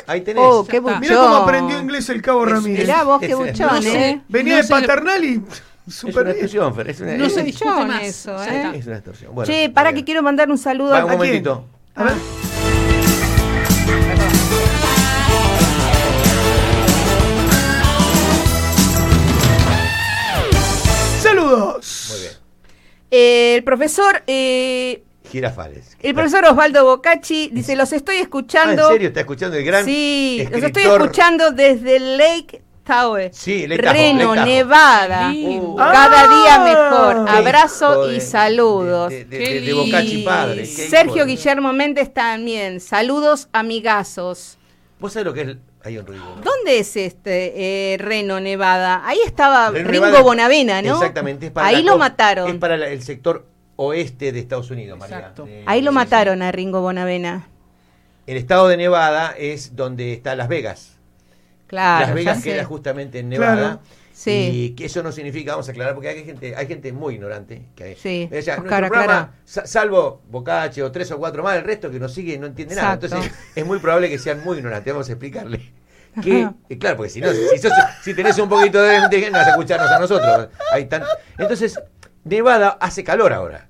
A: Ahí tenés.
E: Oh, qué
D: está.
E: buchón.
B: Mirá cómo aprendió inglés el cabo
A: Es-
B: Ramírez.
E: Mirá vos, qué
A: Es-
E: buchón,
D: no sé.
E: ¿eh?
B: Venía
D: No
B: de
D: se le-
B: paternal y
A: es una
B: super bien.
A: extorsión, Fer, es una-
D: No
A: es-
D: se discute
E: buchón
D: más.
E: eso,
D: Ya
E: ¿eh?
D: está.
A: es una extorsión. Bueno,
E: che, para
A: bien.
E: que quiero mandar un saludo
A: Va,
E: a...
A: un momentito.
B: A ver. Saludos.
A: Muy bien.
E: Eh, el profesor... eh,
A: Girafales.
E: el profesor Osvaldo Bocacci dice, los estoy
A: Ah, ¿en
E: escuchando...
A: serio? ¿Está escuchando el gran
E: sí, los estoy
A: escritor?
E: escuchando desde Lake Tahoe.
A: Sí, Lake Tahoe,
E: Reno,
A: Lake Tahoe.
E: Nevada.
A: uh.
D: Lindo.
B: Ah.
E: Cada día mejor.
B: Ah.
E: Abrazo
A: Hijo de-
E: y saludos.
A: De, de,
D: Qué
A: de- de
D: lindo.
A: Bocacci padre.
E: Y
A: qué hijo
E: Sergio
A: de-
E: Guillermo Méndez también. Saludos, amigazos.
A: ¿Vos sabés lo que es? el- Hay un ruido. ¿no?
E: ¿Dónde es este eh, Reno, Nevada? Ahí estaba
A: Reno,
E: Ringo
A: Nevada.
E: Bonavena, ¿no?
A: Exactamente. es para
E: Ahí
A: la
E: lo
A: cos-
E: mataron.
A: Es para la- el sector oeste de Estados Unidos, María.
D: Exacto.
A: Eh,
E: Ahí lo
A: sí, sí.
E: mataron a Ringo Bonavena.
A: El estado de Nevada es donde está Las Vegas.
E: Claro.
A: Las
E: ya
A: Vegas
E: sé.
A: queda justamente en Nevada.
B: Claro.
E: Sí.
A: Y que eso no significa, vamos a aclarar, porque hay gente, hay gente muy ignorante. Que hay,
E: Sí,
A: O sea,
E: Oscar,
A: nuestro programa,
E: aclara.
A: sa- salvo Bocache o tres o cuatro más, el resto que nos sigue no entiende
E: Exacto.
A: nada. Entonces, es muy probable que sean muy ignorantes. Vamos a explicarle. Que,
E: Ajá.
A: eh, claro, porque si, no, si, sos- si tenés un poquito de inteligencia, no vas a escucharnos a nosotros. Hay tan- Entonces, Nevada hace calor ahora.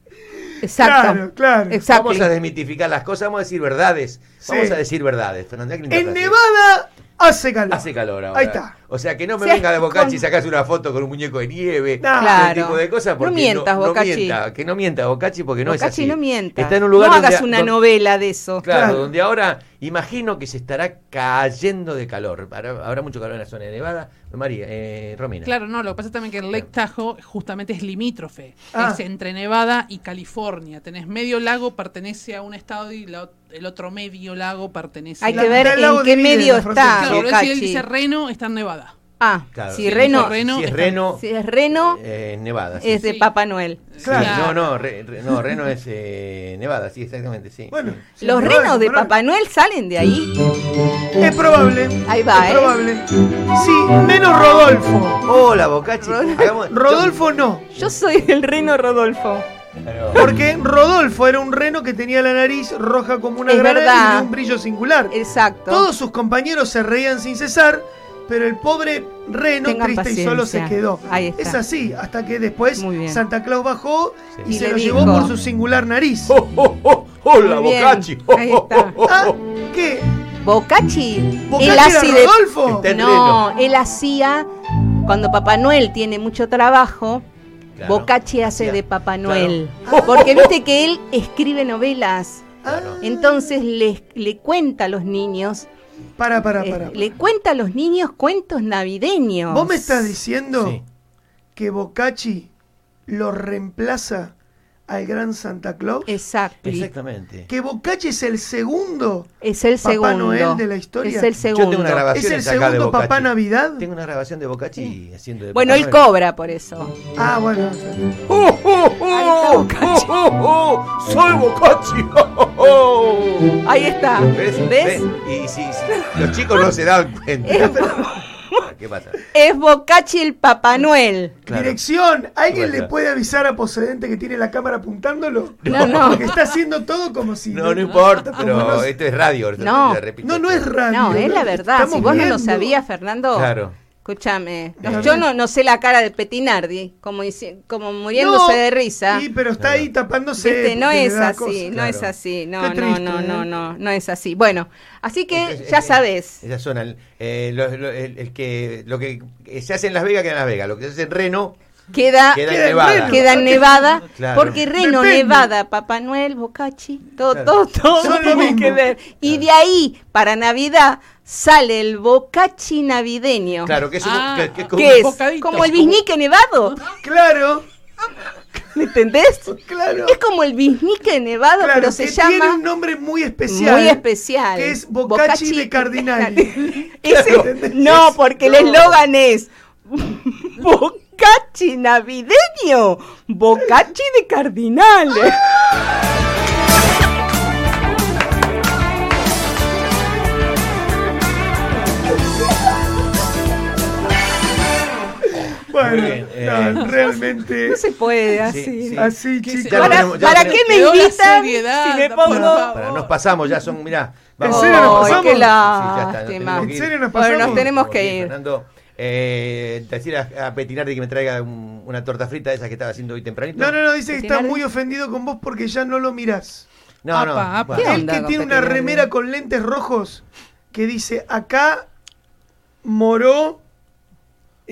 E: Exacto.
B: Claro, claro.
E: Exacto.
A: Vamos a desmitificar las cosas, vamos a decir verdades. Vamos
B: Sí.
A: a decir verdades. Fernando, hay que
B: En
A: intentar, ¿sí?
B: Nevada Hace calor.
A: Hace calor ahora.
B: Ahí está.
A: O sea, que no me
E: Sí,
A: venga de Bocachi y
E: con-
A: sacas una foto con un muñeco de nieve.
B: No.
A: ese
E: Claro.
A: tipo de cosas
E: No
A: porque
E: mientas, Bocachi.
A: mienta, que no mienta Bocachi porque no es
E: Boccacci
A: así.
E: no mienta.
A: Está en un lugar
E: no
A: donde
E: hagas
A: a-
E: una
A: donde-
E: novela de eso.
A: Claro,
B: Claro.
A: donde ahora imagino que se estará cayendo de calor. Habrá, habrá mucho calor en la zona de Nevada. María, eh, Romina.
D: Claro, no, lo que pasa también que el Lake Tahoe justamente es limítrofe.
B: Ah.
D: Es entre Nevada y California. Tenés medio lago pertenece a un estado y la ot- el otro medio lago pertenece
E: Hay
D: a...
E: que ver
B: la- la
E: en qué
B: divide
E: medio
B: la frontera.
E: está
D: Claro, pero si él
E: Boccacci.
D: dice Reno, está en Nevada.
E: Ah,
A: Claro,
E: si Reno,
D: dice Reno,
A: si es
D: está-
A: Reno,
E: si es Reno,
A: eh, Nevada. sí.
E: es de
D: Sí.
E: Papá Noel.
A: Sí,
B: Claro.
A: No, no, Re- Re- no, Reno es eh, Nevada, sí, exactamente, sí.
B: Bueno, sí,
E: Los
B: es
E: renos
B: probable,
E: de Papá Noel salen de ahí.
B: Es probable.
E: Ahí va,
B: es
E: ¿eh?
B: probable. Sí, menos Rodolfo.
A: Hola, Bocachi. Hagamos-
B: Rodolfo no.
E: Yo soy el reno Rodolfo.
A: Claro.
B: Porque Rodolfo era un reno que tenía la nariz roja como una
E: Es
B: grana
E: verdad.
B: y de un brillo singular.
E: Exacto.
B: Todos sus compañeros se reían sin cesar, pero el pobre reno
E: Tengan
B: triste y solo se
E: paciencia.
B: quedó.
E: Ahí está.
B: Es así, hasta que después
E: Muy bien.
B: Santa Claus bajó
A: Sí.
B: y,
A: Y
B: se
E: le
B: lo
E: dijo.
B: llevó por su singular nariz.
A: (laughs) Oh, oh, oh, hola,
E: Muy bien,
A: Bocachi.
E: ahí
A: (laughs)
E: está.
B: Ah, ¿Qué?
E: Bocachi.
B: ¿Bocachi
E: Él
B: era
E: así de
B: Rodolfo?
A: Está en
E: No, él hacía, cuando Papá Noel tiene mucho trabajo,
A: Claro.
E: Bocachi hace
A: Ya,
E: de Papá
A: claro. (laughs)
E: Noel. Porque viste que él escribe novelas,
B: Ah,
A: Claro.
E: Eh, entonces le, le cuenta a los niños,
B: Para, para,
E: eh,
B: para.
E: le cuenta a los niños cuentos navideños.
B: ¿Vos me estás diciendo
A: Sí.
B: que Bocachi lo reemplaza al gran Santa Claus?
E: Eh. Exacto.
A: Exactamente.
B: Que Bocachi es el segundo.
E: Es el
B: Papá
E: segundo.
B: Noel de la historia.
E: Es el
B: Yo
E: segundo.
A: tengo una grabación.
B: ¿Es el
A: Vacaciones acá de
B: segundo
A: Bocachi.
B: Papá Navidad?
A: Tengo una grabación de Bocachi haciendo de
E: Bueno,
A: Papá
E: él
A: Noel.
E: cobra por eso.
B: Ah, bueno.
A: Oh, oh, oh,
E: Ahí está Bocachi.
A: oh, oh, oh, soy Bocachi. Oh, oh, oh.
E: Ahí está.
A: ¿Ves?
E: ¿Ves?
A: Y sí, sí. Los chicos no se dan (laughs) cuenta.
E: Es-
A: Pero- ¿Qué pasa?
E: Es Bocachi el Papá Noel.
A: Claro.
B: Dirección, ¿alguien
A: Bueno.
B: le puede avisar a Posedente que tiene la cámara apuntándolo?
E: No, no.
B: (laughs) Porque está haciendo todo como si.
A: No, no importa, pero
B: Como no-
A: esto es radio.
E: No.
A: le repito.
B: No, no es radio.
E: No, es la verdad.
B: Ah, Estamos
E: Si vos no
B: viendo.
E: lo sabías, Fernando.
A: Claro.
E: Escúchame.
A: Claro.
E: Yo no, no sé la cara de Petinardi, como, dici- como muriéndose
B: No,
E: de risa.
B: Sí, pero está ahí tapándose.
E: Viste, no
B: porque le
E: es
B: da
E: así,
B: cosa.
E: no
A: claro.
E: es así, no,
B: Qué triste,
E: no, no, no,
B: ¿eh?
E: no, no es así. Bueno, así que
A: Entonces,
E: ya
A: eh,
E: sabes.
A: Esa zona, el, eh, lo, lo- el- el que, lo que eh, se hace en Las Vegas queda en Las Vegas, lo que se hace en Reno
E: Queda,
A: queda en
B: en
A: Nevada.
B: Reno.
E: queda en Nevada,
A: Claro.
E: porque Reno,
B: Depende.
E: Nevada, Papá Noel, Bocachi, todo,
A: Claro.
E: todo, todo
B: Son lo
E: tiene
B: mismo.
E: que ver. Y de ahí, para Navidad, sale el Bocachi navideño.
A: Claro, que es un,
D: Ah,
A: que- que es como
E: ¿Qué
A: un
E: es?
D: bocadito.
E: Como el biznique
A: (laughs)
E: nevado.
B: Claro,
E: ¿Me entendés?
B: claro.
E: Es como el biznique nevado,
B: claro,
E: pero se
B: que
E: llama
B: Tiene un nombre muy especial.
E: muy especial.
B: Que es Bocachi de
E: (laughs)
B: Cardinali.
E: Ese-
B: Claro.
E: no, porque el
A: No.
E: eslogan es Bocachi navideño, Bocachi de Cardinales.
B: Bueno,
A: Muy bien, eh.
B: no, realmente.
E: No se puede así.
A: Sí, sí.
B: Así,
A: ¿Qué se-
B: chicos.
A: Ya
E: ¿Para,
A: tenemos- ya
E: para
A: tenemos-
E: qué me
D: Quedó la
E: invitan
D: seriedad,
E: si me
D: por
E: pongo...?
A: Pará, nos pasamos, ya son, mirá.
B: ¿En serio nos
E: Ay,
B: pasamos?
E: qué
B: Sí,
A: ya está,
E: lástima.
A: tenemos que
B: ¿En
A: ir.
B: serio nos
E: Bueno, nos
B: pasamos?
E: tenemos
A: Como
E: que
A: dice
E: ir.
A: Fernando, eh, decir a, a Petinardi que me traiga un- una torta frita de esas que estaba haciendo hoy tempranito.
B: No, no, no, dice que está
E: Petinardi.
B: muy ofendido con vos porque ya no lo mirás.
A: No, no,
D: Apa, apa.
A: bueno.
E: ¿Qué
B: El
E: onda
B: que
E: con
B: tiene una
E: Petinardi?
B: remera con lentes rojos que dice acá moró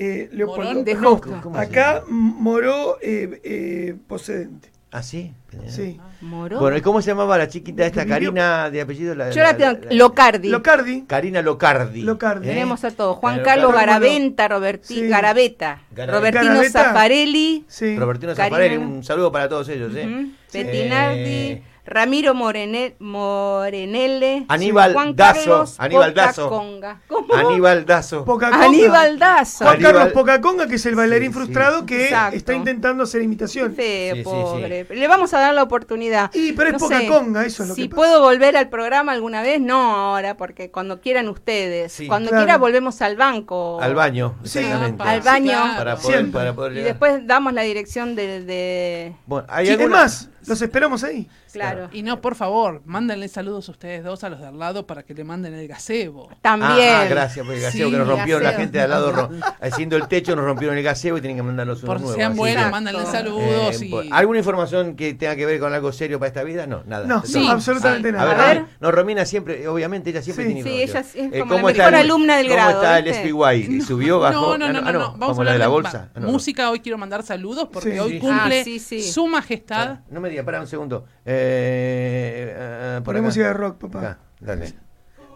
B: eh, Leopoldo.
D: Morón
E: de
B: No,
E: Justo.
A: ¿Cómo se
B: acá
A: llama?
B: moró eh, eh, Posedente.
A: ¿Ah, sí?
B: Sí.
E: Morón.
A: Bueno, ¿y cómo se llamaba la chiquita esta?
B: Vivió-
A: Karina de apellido. La,
E: Yo la tengo... Locardi.
B: Locardi.
A: Karina Locardi.
B: Locardi.
A: ¿eh?
E: Tenemos a todos. Juan
A: Claro,
E: Carlos
B: claro.
E: Garaventa, Roberti,
B: Sí.
E: Garaveta,
A: Garaveta.
E: Robertino
B: Garaveta.
E: Zaffarelli,
B: Sí.
A: Robertino
E: Karina.
A: Zafarelli, un saludo para todos ellos. ¿eh?
E: ujú,
A: Sí.
E: Bettinardi,
A: Eh,
E: Ramiro Morene- Morenelle,
A: Aníbal
E: Juan
A: Dazo,
E: Carlos
A: Aníbal
E: Poca
A: Dazo.
E: Conga. ¿Cómo?
A: Aníbal Dazo.
B: Pocaconga.
E: Aníbal Dazo.
B: Juan
A: Aníbal-
B: Carlos Pocaconga, que es el
A: Sí, sí.
B: bailarín frustrado que
E: Exacto.
B: está intentando hacer imitación.
E: Feo,
A: Sí, sí, sí.
E: pobre. Le vamos a dar la oportunidad.
B: Y, pero es poca
E: sé,
B: conga, eso es lo
E: si
B: que pasa.
E: puedo volver al programa alguna vez, no ahora, porque cuando quieran ustedes.
A: Sí,
E: cuando
B: claro.
E: quiera volvemos al banco.
A: Al baño,
B: Sí,
A: exactamente.
E: al baño.
A: Para poder,
B: Siempre.
A: para poder
E: Y
A: llegar.
E: después damos la dirección de... de-
A: Bueno, ¿hay
B: Sí,
A: alguna-
B: Es más, Los esperamos ahí.
A: Ah,
E: Claro.
D: Y no, por favor, mándenle saludos a ustedes dos a los de al lado para que le manden el gazebo.
E: También.
A: Ah, ah, gracias por el gaseo
E: Sí,
A: que nos rompieron la
E: gaseo.
A: gente de al lado, ro- haciendo el techo, nos rompieron el gaseo y tienen que mandarnos unos
D: Por
A: nuevos.
D: sean
A: así
D: buenas,
A: que,
D: mándenle
E: Exacto.
D: saludos.
A: eh,
D: y...
A: por- ¿Alguna información que tenga que ver con algo serio para esta vida? No, nada.
B: No,
A: Todo.
D: Sí.
B: absolutamente
D: sí.
A: A
B: nada.
A: ver,
E: A ver.
A: Romi- no, Romina siempre, obviamente ella siempre
B: Sí.
A: tiene
E: Sí,
A: información.
E: ella es
A: Eh,
E: como la
A: ¿cómo está
E: mejor
A: el-
E: alumna del grado,
A: ¿Cómo está
E: ¿viste?
A: el SPY? ¿Subió, bajó?
D: No, no,
A: Ah,
D: no, no,
A: ah,
D: no. Vamos
A: como
D: a
A: la
D: hablar
A: de la
D: de
A: bolsa. Ah,
D: ba-
A: no, no.
D: música. Hoy quiero mandar saludos porque
B: Sí,
D: hoy
A: sí, sí.
D: cumple
E: Ah, sí, sí.
D: su majestad.
A: No me digas, pará un segundo. Eh, eh, por
B: Poné
A: acá.
B: música de rock, papá.
A: Acá, dale.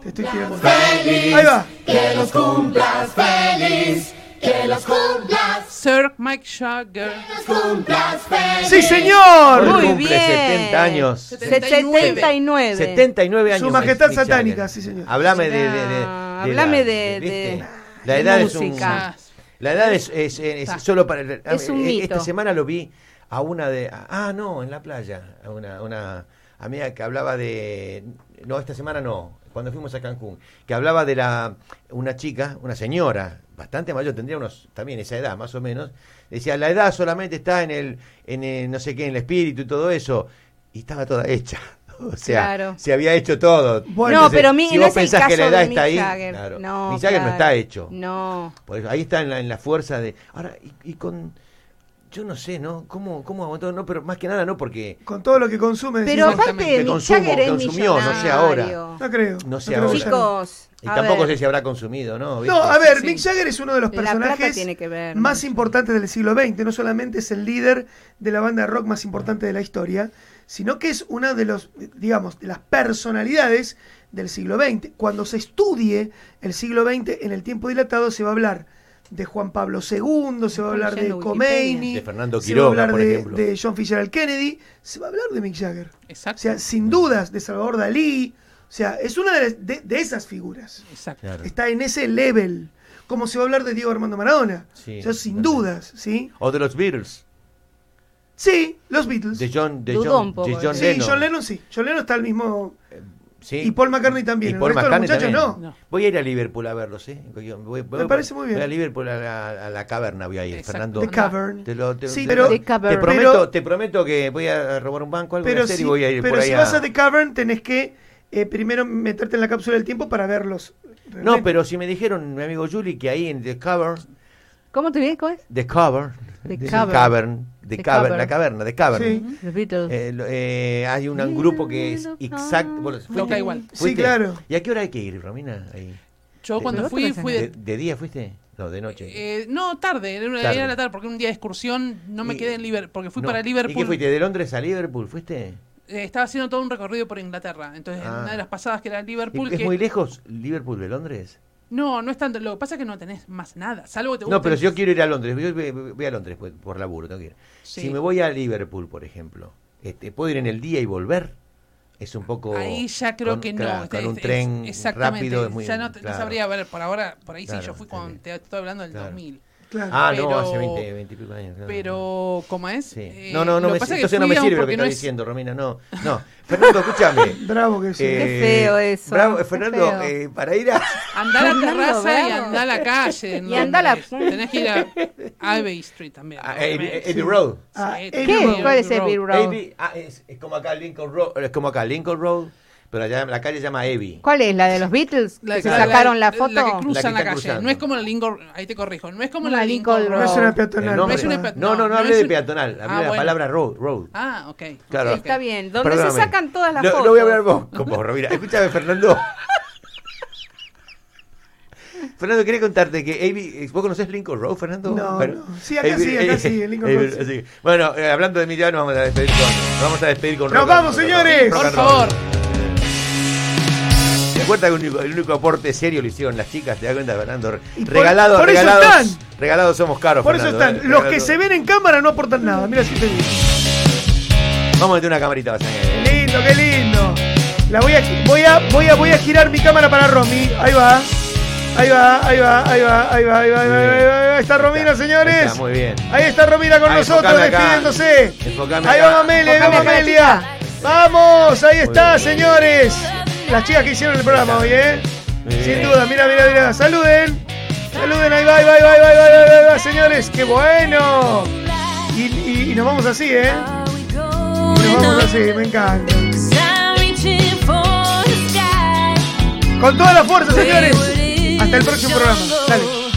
B: Te estoy tirando. Ahí va.
F: Que los cumplas feliz, que los cumplas,
D: Sir Mike Jagger.
F: los cumplas feliz.
B: ¡Sí, señor!
A: Hoy
E: Muy
A: cumple
E: bien.
A: 70 años.
E: 79.
A: 79 años.
B: Su Majestad
A: Mick Jagger.
B: Satánica, sí, señor.
A: Hablame de. de, de, de
E: Ah, hablame
A: la,
E: de-
A: ¿viste?
E: de-
A: La
E: de
A: edad
E: música. Ah,
A: es un. La edad es, es- es- es solo para.
E: Es un
A: eh,
E: mito.
A: Esta semana lo vi a una de. Ah, no, en la playa. A una, una amiga que hablaba de. No, esta semana no. Cuando fuimos a Cancún. Que hablaba de la una chica, una señora, bastante mayor, tendría unos. También esa edad, más o menos. Decía, la edad solamente está en el. En el no sé qué, en el espíritu y todo eso. Y estaba toda hecha. (laughs) O sea,
E: Claro.
A: se había hecho todo.
B: Bueno,
E: no,
A: Entonces,
E: pero mi,
A: si
E: no
A: vos
E: es el
A: pensás
E: caso
A: que la edad
E: de
A: está
E: Mick
A: ahí,
E: Jagger.
A: claro.
E: No,
A: Mick Jagger no
E: claro.
A: está hecho.
E: No.
A: Por eso, ahí está en la, en la fuerza de. Ahora, y, y con. Yo no sé, ¿no? ¿Cómo, cómo aguantó? No, pero más que nada no, porque.
B: Con todo lo que consume.
E: Pero
B: decís,
E: aparte,
A: Que
E: Mick
A: consumo,
E: Jagger es
A: consumió, no sé ahora.
E: millonario.
B: no creo.
A: No sé
B: creo que
A: ahora.
B: ya
E: Chicos,
A: Y
E: a
A: tampoco
E: ver.
A: sé si habrá consumido, ¿no? ¿Viste?
B: No, a ver,
D: Sí.
B: Mick Jagger es uno de los
E: La plata
B: personajes
E: tiene que ver,
B: más
E: mucho.
B: importantes del siglo XX. No solamente es el líder de la banda de rock más importante de la historia, sino que es una de los, digamos, de las personalidades del siglo XX. Cuando se estudie el siglo XX en el tiempo dilatado, se va a hablar de Juan Pablo II, se va a hablar de
E: Yendo a Wikipedia.
B: Khomeini,
A: De Fernando
B: se va a
A: Quiroga,
B: hablar
A: por
B: de,
A: ejemplo.
B: de John Fitzgerald Kennedy, se va a hablar de Mick Jagger. O
D: Exacto.
B: sea, sin dudas, de Salvador Dalí. O sea, es una de, las- de- de esas figuras
D: exacto.
A: Claro.
B: está en ese level. Como se va a hablar de Diego Armando Maradona.
A: Sí,
B: O sea, sin
A: totalmente.
B: dudas, ¿sí?
A: O de los Beatles.
B: Sí, los Beatles.
A: De John, de
E: Dudó
A: John,
E: un poco,
A: de John
E: ¿eh?
B: sí,
A: Lennon.
B: John Lennon sí. John Lennon está al mismo.
A: Sí.
B: Y Paul McCartney también.
A: Y
B: El
A: Paul
B: resto de los
A: McCartney
B: muchachos
A: también.
B: no.
D: No.
A: Voy a ir a Liverpool a verlos, ¿eh? Voy- voy- voy-
B: parece muy bien.
A: Voy a Liverpool a la, a la caverna, voy a ir,
D: Exacto.
A: Fernando.
B: The Cavern.
A: Te lo- te-
B: sí,
A: te-
B: pero,
E: The Cavern.
A: Te prometo,
B: Pero-
A: te prometo que voy a robar un banco algo
B: pero
A: hacer
B: si,
A: y voy a ir
B: pero
A: por ahí
B: si
A: a-
B: vas a The Cavern tenés que eh, primero meterte en la cápsula del tiempo para verlos.
A: No, pero si me dijeron, mi amigo Juli, que ahí en The Cavern,
E: ¿Cómo te ves? ¿Cómo es?
A: The Cavern,
E: The
A: The
E: Cavern.
A: Cavern, The
E: The
A: Cavern,
E: Cavern.
A: la caverna, The Cavern.
B: Sí.
E: Los Beatles.
A: Eh, lo- eh, hay un, un grupo que es exacto. Bueno,
D: Toca igual.
B: Sí, claro.
A: ¿Y a qué hora hay que ir, Romina? Ahí.
D: Yo cuando
E: Pero
D: fui,
E: otro
D: fui
A: ¿De,
D: de,
A: de día fuiste? No, de noche.
D: eh, no, tarde, era una
A: Tarde.
D: era la tarde, porque un día de excursión no me
A: Y-
D: quedé en Liverpool, porque fui
A: No.
D: para
A: ¿Y qué
D: Liverpool.
A: fuiste? ¿De Londres a Liverpool? ¿Fuiste?
D: eh, estaba haciendo todo un recorrido por Inglaterra. Entonces, en
A: Ah.
D: una de las pasadas que era Liverpool,
A: ¿Es
D: que-
A: muy lejos Liverpool de Londres?
D: no, no es tanto. Lo que pasa es que no tenés más nada, salvo que te
A: No, pero
D: gusten-
A: si yo quiero ir a Londres, yo voy- voy a Londres por, por laburo, tengo que ir.
D: Sí.
A: Si me voy a Liverpool, por ejemplo, este, ¿puedo ir en el día y volver? Es un poco...
D: Ahí ya creo
A: con-
D: que no.
A: claro,
D: este,
A: con
D: es-
A: un
D: es-
A: tren
D: exactamente,
A: rápido es muy...
D: ya no, te- no
A: claro.
D: sabría ver, por ahora, por ahí
A: Claro,
D: sí, yo fui cuando
A: entendí.
D: te estoy hablando del
A: Claro.
D: 2000.
B: Claro.
A: Ah, no,
D: Pero-
A: hace 20, 20 y pico años. claro.
D: Pero, ¿cómo es?
A: Sí.
D: Eh,
A: no, no, no,
D: lo
A: me,
D: que pasa es que
A: entonces no
D: fui,
A: me sirve lo
D: aunque
A: que
D: no
A: estás
D: es-
A: diciendo, Romina, no. No, Fernando,
E: (laughs)
A: escúchame.
B: Bravo que sí.
A: Eh,
E: feo eso.
A: Bravo, eh,
E: Qué
A: Fernando,
E: feo.
A: eh, para ir a...
D: Andá a la
E: Fernando
D: terraza y
E: Bravo.
D: andá a la calle. en
E: Y andá a la-
D: Londres. Tenés que ir a Abbey Street también.
A: a- a-
D: obviamente.
A: Abbey Road.
B: Ah,
D: Sí,
B: Abbey
E: ¿Qué?
D: Road.
E: ¿Cuál es Abbey Road?
A: Abbey, ah, es, es como acá Lincoln Road, es como acá Lincoln Road, pero allá la calle se llama Abbey.
E: ¿Cuál es? ¿La de los Beatles?
D: La
E: ¿Que se
D: la-
E: sacaron la foto?
D: La que cruzan
A: La
D: la,
A: que está
D: calle.
A: cruzando.
D: No es como la Lincoln. Ahí te corrijo. No es como
E: Una
D: la Lincoln,
E: Lincoln
B: No
D: Road.
B: es una
A: El
B: peatonal.
A: nombre-
D: No es una
B: papá.
D: peat-
A: no, no, no
D: no
A: hablé
D: es
A: de
D: un-
A: peatonal, hablé
D: Ah,
A: de la
D: bueno.
A: palabra road. road.
D: Ah, ok.
A: Claro.
D: ok, ok.
E: Está bien. ¿Dónde se
A: Perdóname.
E: sacan todas las
A: lo,
E: fotos?
A: Lo voy a hablar
B: (laughs)
A: vos, como Romina. Escúchame, Fernando. Fernando, quería contarte que Abbey, eh, ¿vos conocés Lincoln Road, Fernando?
B: No,
A: Pero-
B: no. Sí, acá sí, acá sí, en Lincoln
A: Abbey-
B: Road,
A: así que- Bueno, eh, hablando de Emiliano, vamos a despedir con, nos vamos a despedir con
B: ¡Nos
A: rock,
B: vamos,
A: rock, rock,
B: señores!
A: rock
D: Por
A: and roll.
D: favor.
A: ¿Te das cuenta que el único, el único aporte serio lo hicieron las chicas? ¿Te das cuenta, Fernando?
B: Y por-
A: Regalados,
B: por eso
A: regalados.
B: están.
A: Regalados somos caros.
B: Por eso
A: Fernando,
B: están.
A: eh,
B: Los que
A: regalados.
B: se ven en cámara no aportan nada. Mira si te digo.
A: Vamos a meter una camarita, vas a ver.
B: Qué lindo, qué lindo. La voy a, voy a, voy a, voy a girar mi cámara para Romy. Ahí va. Ahí va, ahí va, ahí va, ahí va, ahí va, ahí va, ahí va, ahí va. Ahí está
A: Ahí
B: Romina,
A: está, ahí
B: señores.
A: está, muy bien.
B: Ahí está Romina con
A: Ahí,
B: nosotros
A: enfocame acá.
B: despidiéndose.
A: Enfocame
B: Ahí
A: acá.
B: va Amelia, ahí va
E: Enfocame acá,
B: Amelia. Vamos, ahí está,
A: bien.
B: señores. Las chicas que hicieron el programa hoy, ¿eh?
A: Muy
B: Sin
A: bien.
B: duda, mira, mira, mira. Saluden. Saluden, ahí va, ahí va, ahí va, ahí va, ahí va, ahí va, ahí va, señores. ¡Qué bueno! Y, y- y nos vamos así, ¿eh?
F: Are we going Nos vamos así, me encanta. Con toda la fuerza, señores. Hasta el próximo programa. Dale.